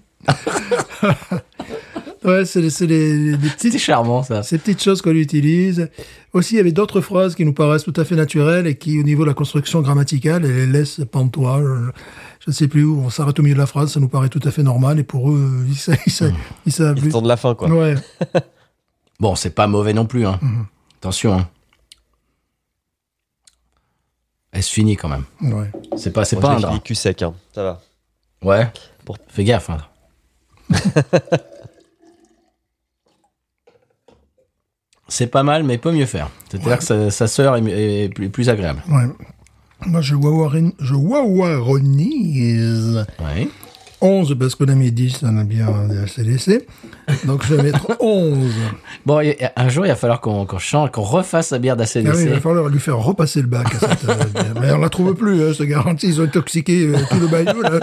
Speaker 2: Ouais, c'est des- c'est des- des petites
Speaker 1: C'était charmant ça.
Speaker 2: Ces petites choses qu'on utilise. Aussi, il y avait d'autres phrases qui nous paraissent tout à fait naturelles et qui, au niveau de la construction grammaticale, elles les laissent pantois. Je- Je ne sais plus où, on s'arrête au milieu de la phrase, ça nous paraît tout à fait normal et pour eux, euh, ils savent, ils savent, ils savent
Speaker 3: Ils attendent la fin, quoi.
Speaker 2: Ouais.
Speaker 1: Bon, c'est pas mauvais non plus. Hein. Attention. Hein. Elle se finit quand même.
Speaker 2: ouais.
Speaker 1: C'est pas, c'est
Speaker 3: Moi,
Speaker 1: pas
Speaker 3: je
Speaker 1: un
Speaker 3: l'ai
Speaker 1: drame.
Speaker 3: fini cul sec, hein. Ça va.
Speaker 1: Ouais.
Speaker 3: Pour-
Speaker 1: Fais gaffe. hein. c'est pas mal, mais peut mieux faire. C'est-à-dire que sa, sa sœur est, mi- est plus, plus agréable.
Speaker 2: Ouais. Moi, je wawarin- je wawaronise
Speaker 1: Ouais.
Speaker 2: 11 parce qu'on a mis 10, on a bien euh, CDC. Donc, je vais mettre 11.
Speaker 1: Bon, et- et un jour, il va falloir qu'on qu'on change, qu'on refasse la bière
Speaker 2: Ah oui, il va
Speaker 1: d'ACDC.
Speaker 2: falloir lui faire repasser le bac. à cette, euh, Mais on la trouve plus, hein, je te garantis. Ils ont intoxiqué euh, tout le bayou. là.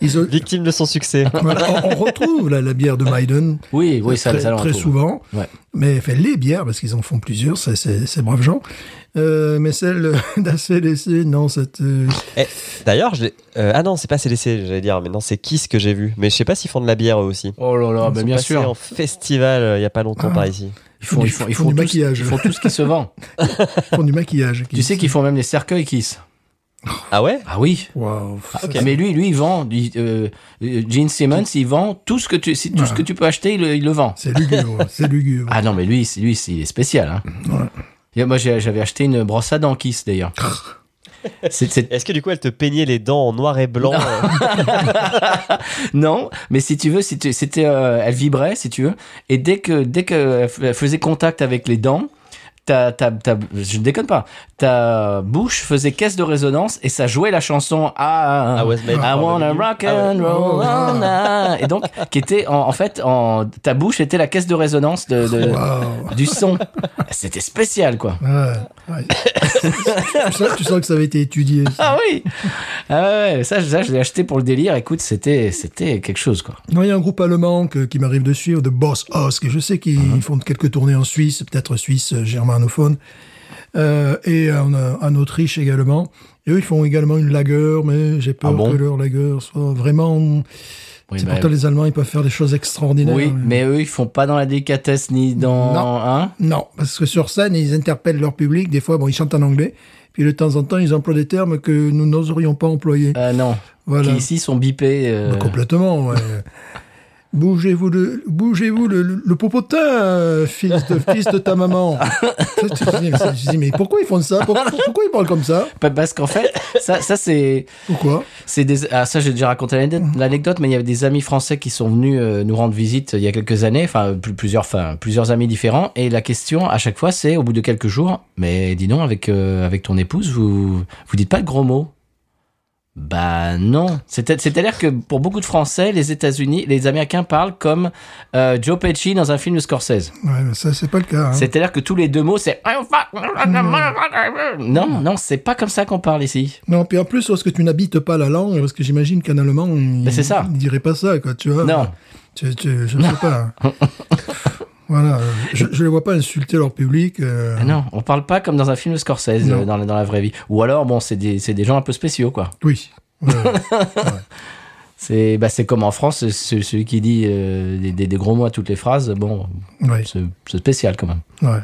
Speaker 2: Ils ont-
Speaker 3: Victime de son succès.
Speaker 2: Voilà, on, on retrouve la, la bière de Maiden
Speaker 1: oui, oui, ça,
Speaker 2: très,
Speaker 1: ça, on
Speaker 2: très
Speaker 1: retrouve.
Speaker 2: souvent,
Speaker 1: Ouais.
Speaker 2: mais enfin, les bières, parce qu'ils en font plusieurs, c'est- c'est- ces braves gens. Euh, mais celle d'ACDC, non, cette... euh,
Speaker 3: Eh, D'ailleurs, je l'ai- euh, ah non, c'est pas CDC, j'allais dire, mais non, c'est Kiss que j'ai vu. Mais je sais pas s'ils font de la bière eux aussi.
Speaker 1: Oh là là,
Speaker 3: Ils
Speaker 1: ben
Speaker 3: sont
Speaker 1: bien
Speaker 3: passés
Speaker 1: sûr.
Speaker 3: en festival euh, il y a pas longtemps
Speaker 2: Ah.
Speaker 3: par ici.
Speaker 1: Ils font,
Speaker 2: du-
Speaker 1: ils font, ils
Speaker 2: ils font
Speaker 1: font
Speaker 2: du
Speaker 1: tout-
Speaker 2: maquillage.
Speaker 1: ils font tout ce qui se vend.
Speaker 2: font du maquillage.
Speaker 1: Tu sais qu'ils font même les cercueils Kiss.
Speaker 3: Ah ouais
Speaker 1: Ah oui.
Speaker 2: Waouh.
Speaker 3: ok.
Speaker 1: Mais lui, lui, il vend. il- euh, euh, Gene Simmons, il vend tout ce que tu, si- tout ce que tu peux acheter, il le, il le vend.
Speaker 2: C'est lugubre, c'est lugubre.
Speaker 1: Ah non, mais lui, c'est- lui, c'est- il est spécial. Hein.
Speaker 2: Ouais.
Speaker 1: Et Moi, j'ai- j'avais acheté une brosse à dents Kiss d'ailleurs. C'est- c'est-
Speaker 3: Est-ce que du coup elle te peignait les dents en noir et blanc euh,
Speaker 1: Non, mais si tu veux, si tu- c'était, euh, elle vibrait, si tu veux, et dès que dès que elle f- elle faisait contact avec les dents, ta ta ta, je ne déconne pas, ta bouche faisait caisse de résonance et ça jouait la chanson Ah,
Speaker 3: I was made
Speaker 1: I
Speaker 3: for
Speaker 1: wanna
Speaker 3: loving you.
Speaker 1: rock
Speaker 3: Ah ouais.
Speaker 1: and roll all night. et donc qui était en, en fait en ta bouche était la caisse de résonance de, de-
Speaker 2: Waouh.
Speaker 1: du son. C'était spécial quoi.
Speaker 2: Ouais, ouais. tu, sens, tu sens que ça avait été étudié. ça.
Speaker 1: Ah oui, ah ouais, ça, ça je l'ai acheté pour le délire. Écoute, c'était c'était quelque chose quoi.
Speaker 2: Non, il y a un groupe allemand que- qui m'arrive de suivre, de Boss Osk. Je sais qu'ils
Speaker 1: Mhm.
Speaker 2: font quelques tournées en Suisse, peut-être Suisse euh, germanophone, euh, et en, euh, en Autriche également. Et eux, ils font également une lagueur, mais j'ai peur
Speaker 1: Ah bon
Speaker 2: que leur lagueur soit vraiment.
Speaker 1: Oui,
Speaker 2: C'est
Speaker 1: bah,
Speaker 2: pourtant les Allemands, ils peuvent faire des choses extraordinaires.
Speaker 1: Oui, mais eux, ils font pas dans la délicatesse ni dans.
Speaker 2: Non.
Speaker 1: hein
Speaker 2: Non, parce que sur scène, ils interpellent leur public. Des fois, bon, ils chantent en anglais. Puis de temps en temps, ils emploient des termes que nous n'oserions pas employer.
Speaker 1: Euh, non.
Speaker 2: voilà.
Speaker 1: Qui ici sont bipés. euh,
Speaker 2: Bah, complètement, ouais. Bougez-vous le, bougez-vous le, le, le popotin, euh, fils de, fils de ta maman. je me suis dit, mais pourquoi ils font ça pourquoi, pourquoi ils parlent comme ça
Speaker 1: pa- Parce qu'en fait, ça, ça c'est,
Speaker 2: Pourquoi
Speaker 1: c'est des. Ah, ça, j'ai déjà raconté l'anecdote- l'anecdote, mais il y avait des amis français qui sont venus euh, nous rendre visite il y a quelques années, enfin plus- plusieurs, enfin plusieurs amis différents. Et la question à chaque fois, c'est au bout de quelques jours, mais dis donc avec euh, avec ton épouse, vous vous dites pas de gros mots. Bah non. C'est- C'est-à-dire que pour beaucoup de Français, les États-Unis, les Américains parlent comme euh, Joe Pesci dans un film de Scorsese.
Speaker 2: Ouais, mais ça, c'est pas le cas. hein.
Speaker 1: C'est-à-dire que tous les deux mots, c'est. Non, non, c'est pas comme ça qu'on parle ici.
Speaker 2: Non, puis en plus, parce que tu n'habites pas la langue, parce que j'imagine qu'un allemand, il,
Speaker 1: c'est ça.
Speaker 2: il dirait pas ça, quoi, tu vois.
Speaker 1: Non.
Speaker 2: Tu, tu- je sais pas. voilà, euh, je, je les vois pas insulter leur public. euh,
Speaker 1: Ah Non, on parle pas comme dans un film de Scorsese,
Speaker 2: Non.
Speaker 1: euh, dans, la, dans la vraie vie. Ou alors, bon, c'est des, c'est des gens un peu spéciaux, quoi.
Speaker 2: Oui. Ouais.
Speaker 1: C'est bah, c'est comme en France, c'est celui qui dit euh, des, des- des gros mots à toutes les phrases, bon,
Speaker 2: Oui,
Speaker 1: c'est c'est spécial quand même.
Speaker 2: ouais.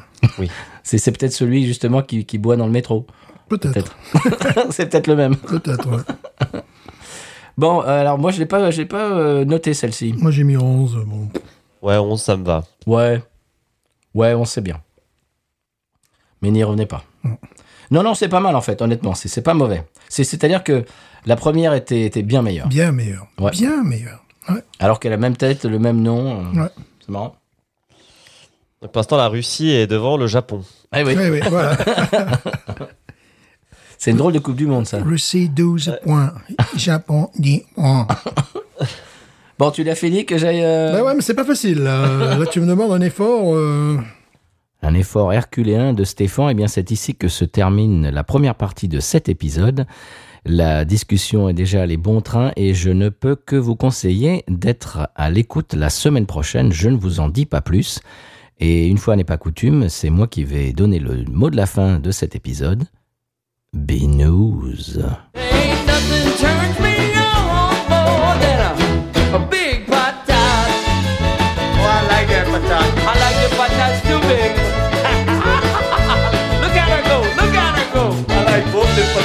Speaker 1: C'est c'est peut-être celui justement qui, qui boit dans le métro.
Speaker 2: Peut-être,
Speaker 1: Peut-être. c'est peut-être le même.
Speaker 2: peut-être. ouais.
Speaker 1: Bon, euh, alors moi je l'ai pas, je l'ai pas euh, noté celle-ci.
Speaker 2: Moi j'ai mis 11. Bon.
Speaker 3: Ouais, 11, ça me va.
Speaker 1: Ouais, ouais, on sait bien. Mais n'y revenez pas. Non, non, c'est pas mal en fait, honnêtement, c'est c'est pas mauvais. C'est- C'est-à-dire que la première était, était bien meilleure,
Speaker 2: Bien meilleur.
Speaker 1: Ouais.
Speaker 2: Bien meilleur. Ouais.
Speaker 1: alors qu'elle a la même tête, le même nom. euh,
Speaker 2: Ouais.
Speaker 1: C'est marrant.
Speaker 3: Donc, pour l'instant, la Russie est devant le Japon.
Speaker 1: Ah oui,
Speaker 2: Ouais, ouais, voilà.
Speaker 1: c'est une drôle de Coupe du Monde ça.
Speaker 2: Russie
Speaker 1: Euh.
Speaker 2: 12 points. Japon 10 points.
Speaker 1: Bon, tu l'as fini que j'aille. euh,
Speaker 2: Bah ouais, mais c'est pas facile. Là, Là, tu me demandes un effort. euh,
Speaker 1: Un effort herculéen de Stéphane, et bien c'est ici que se termine la première partie de cet épisode. La discussion est déjà les bons trains et je ne peux que vous conseiller d'être à l'écoute la semaine prochaine, je ne vous en dis pas plus. Et une fois n'est pas coutume, c'est moi qui vais donner le mot de la fin de cet épisode. Binous.
Speaker 4: Ain't nothing turns me on more than a, a big patat. Oh, I like that patat. I like the patats too big. look at her go, look at her go. I like both the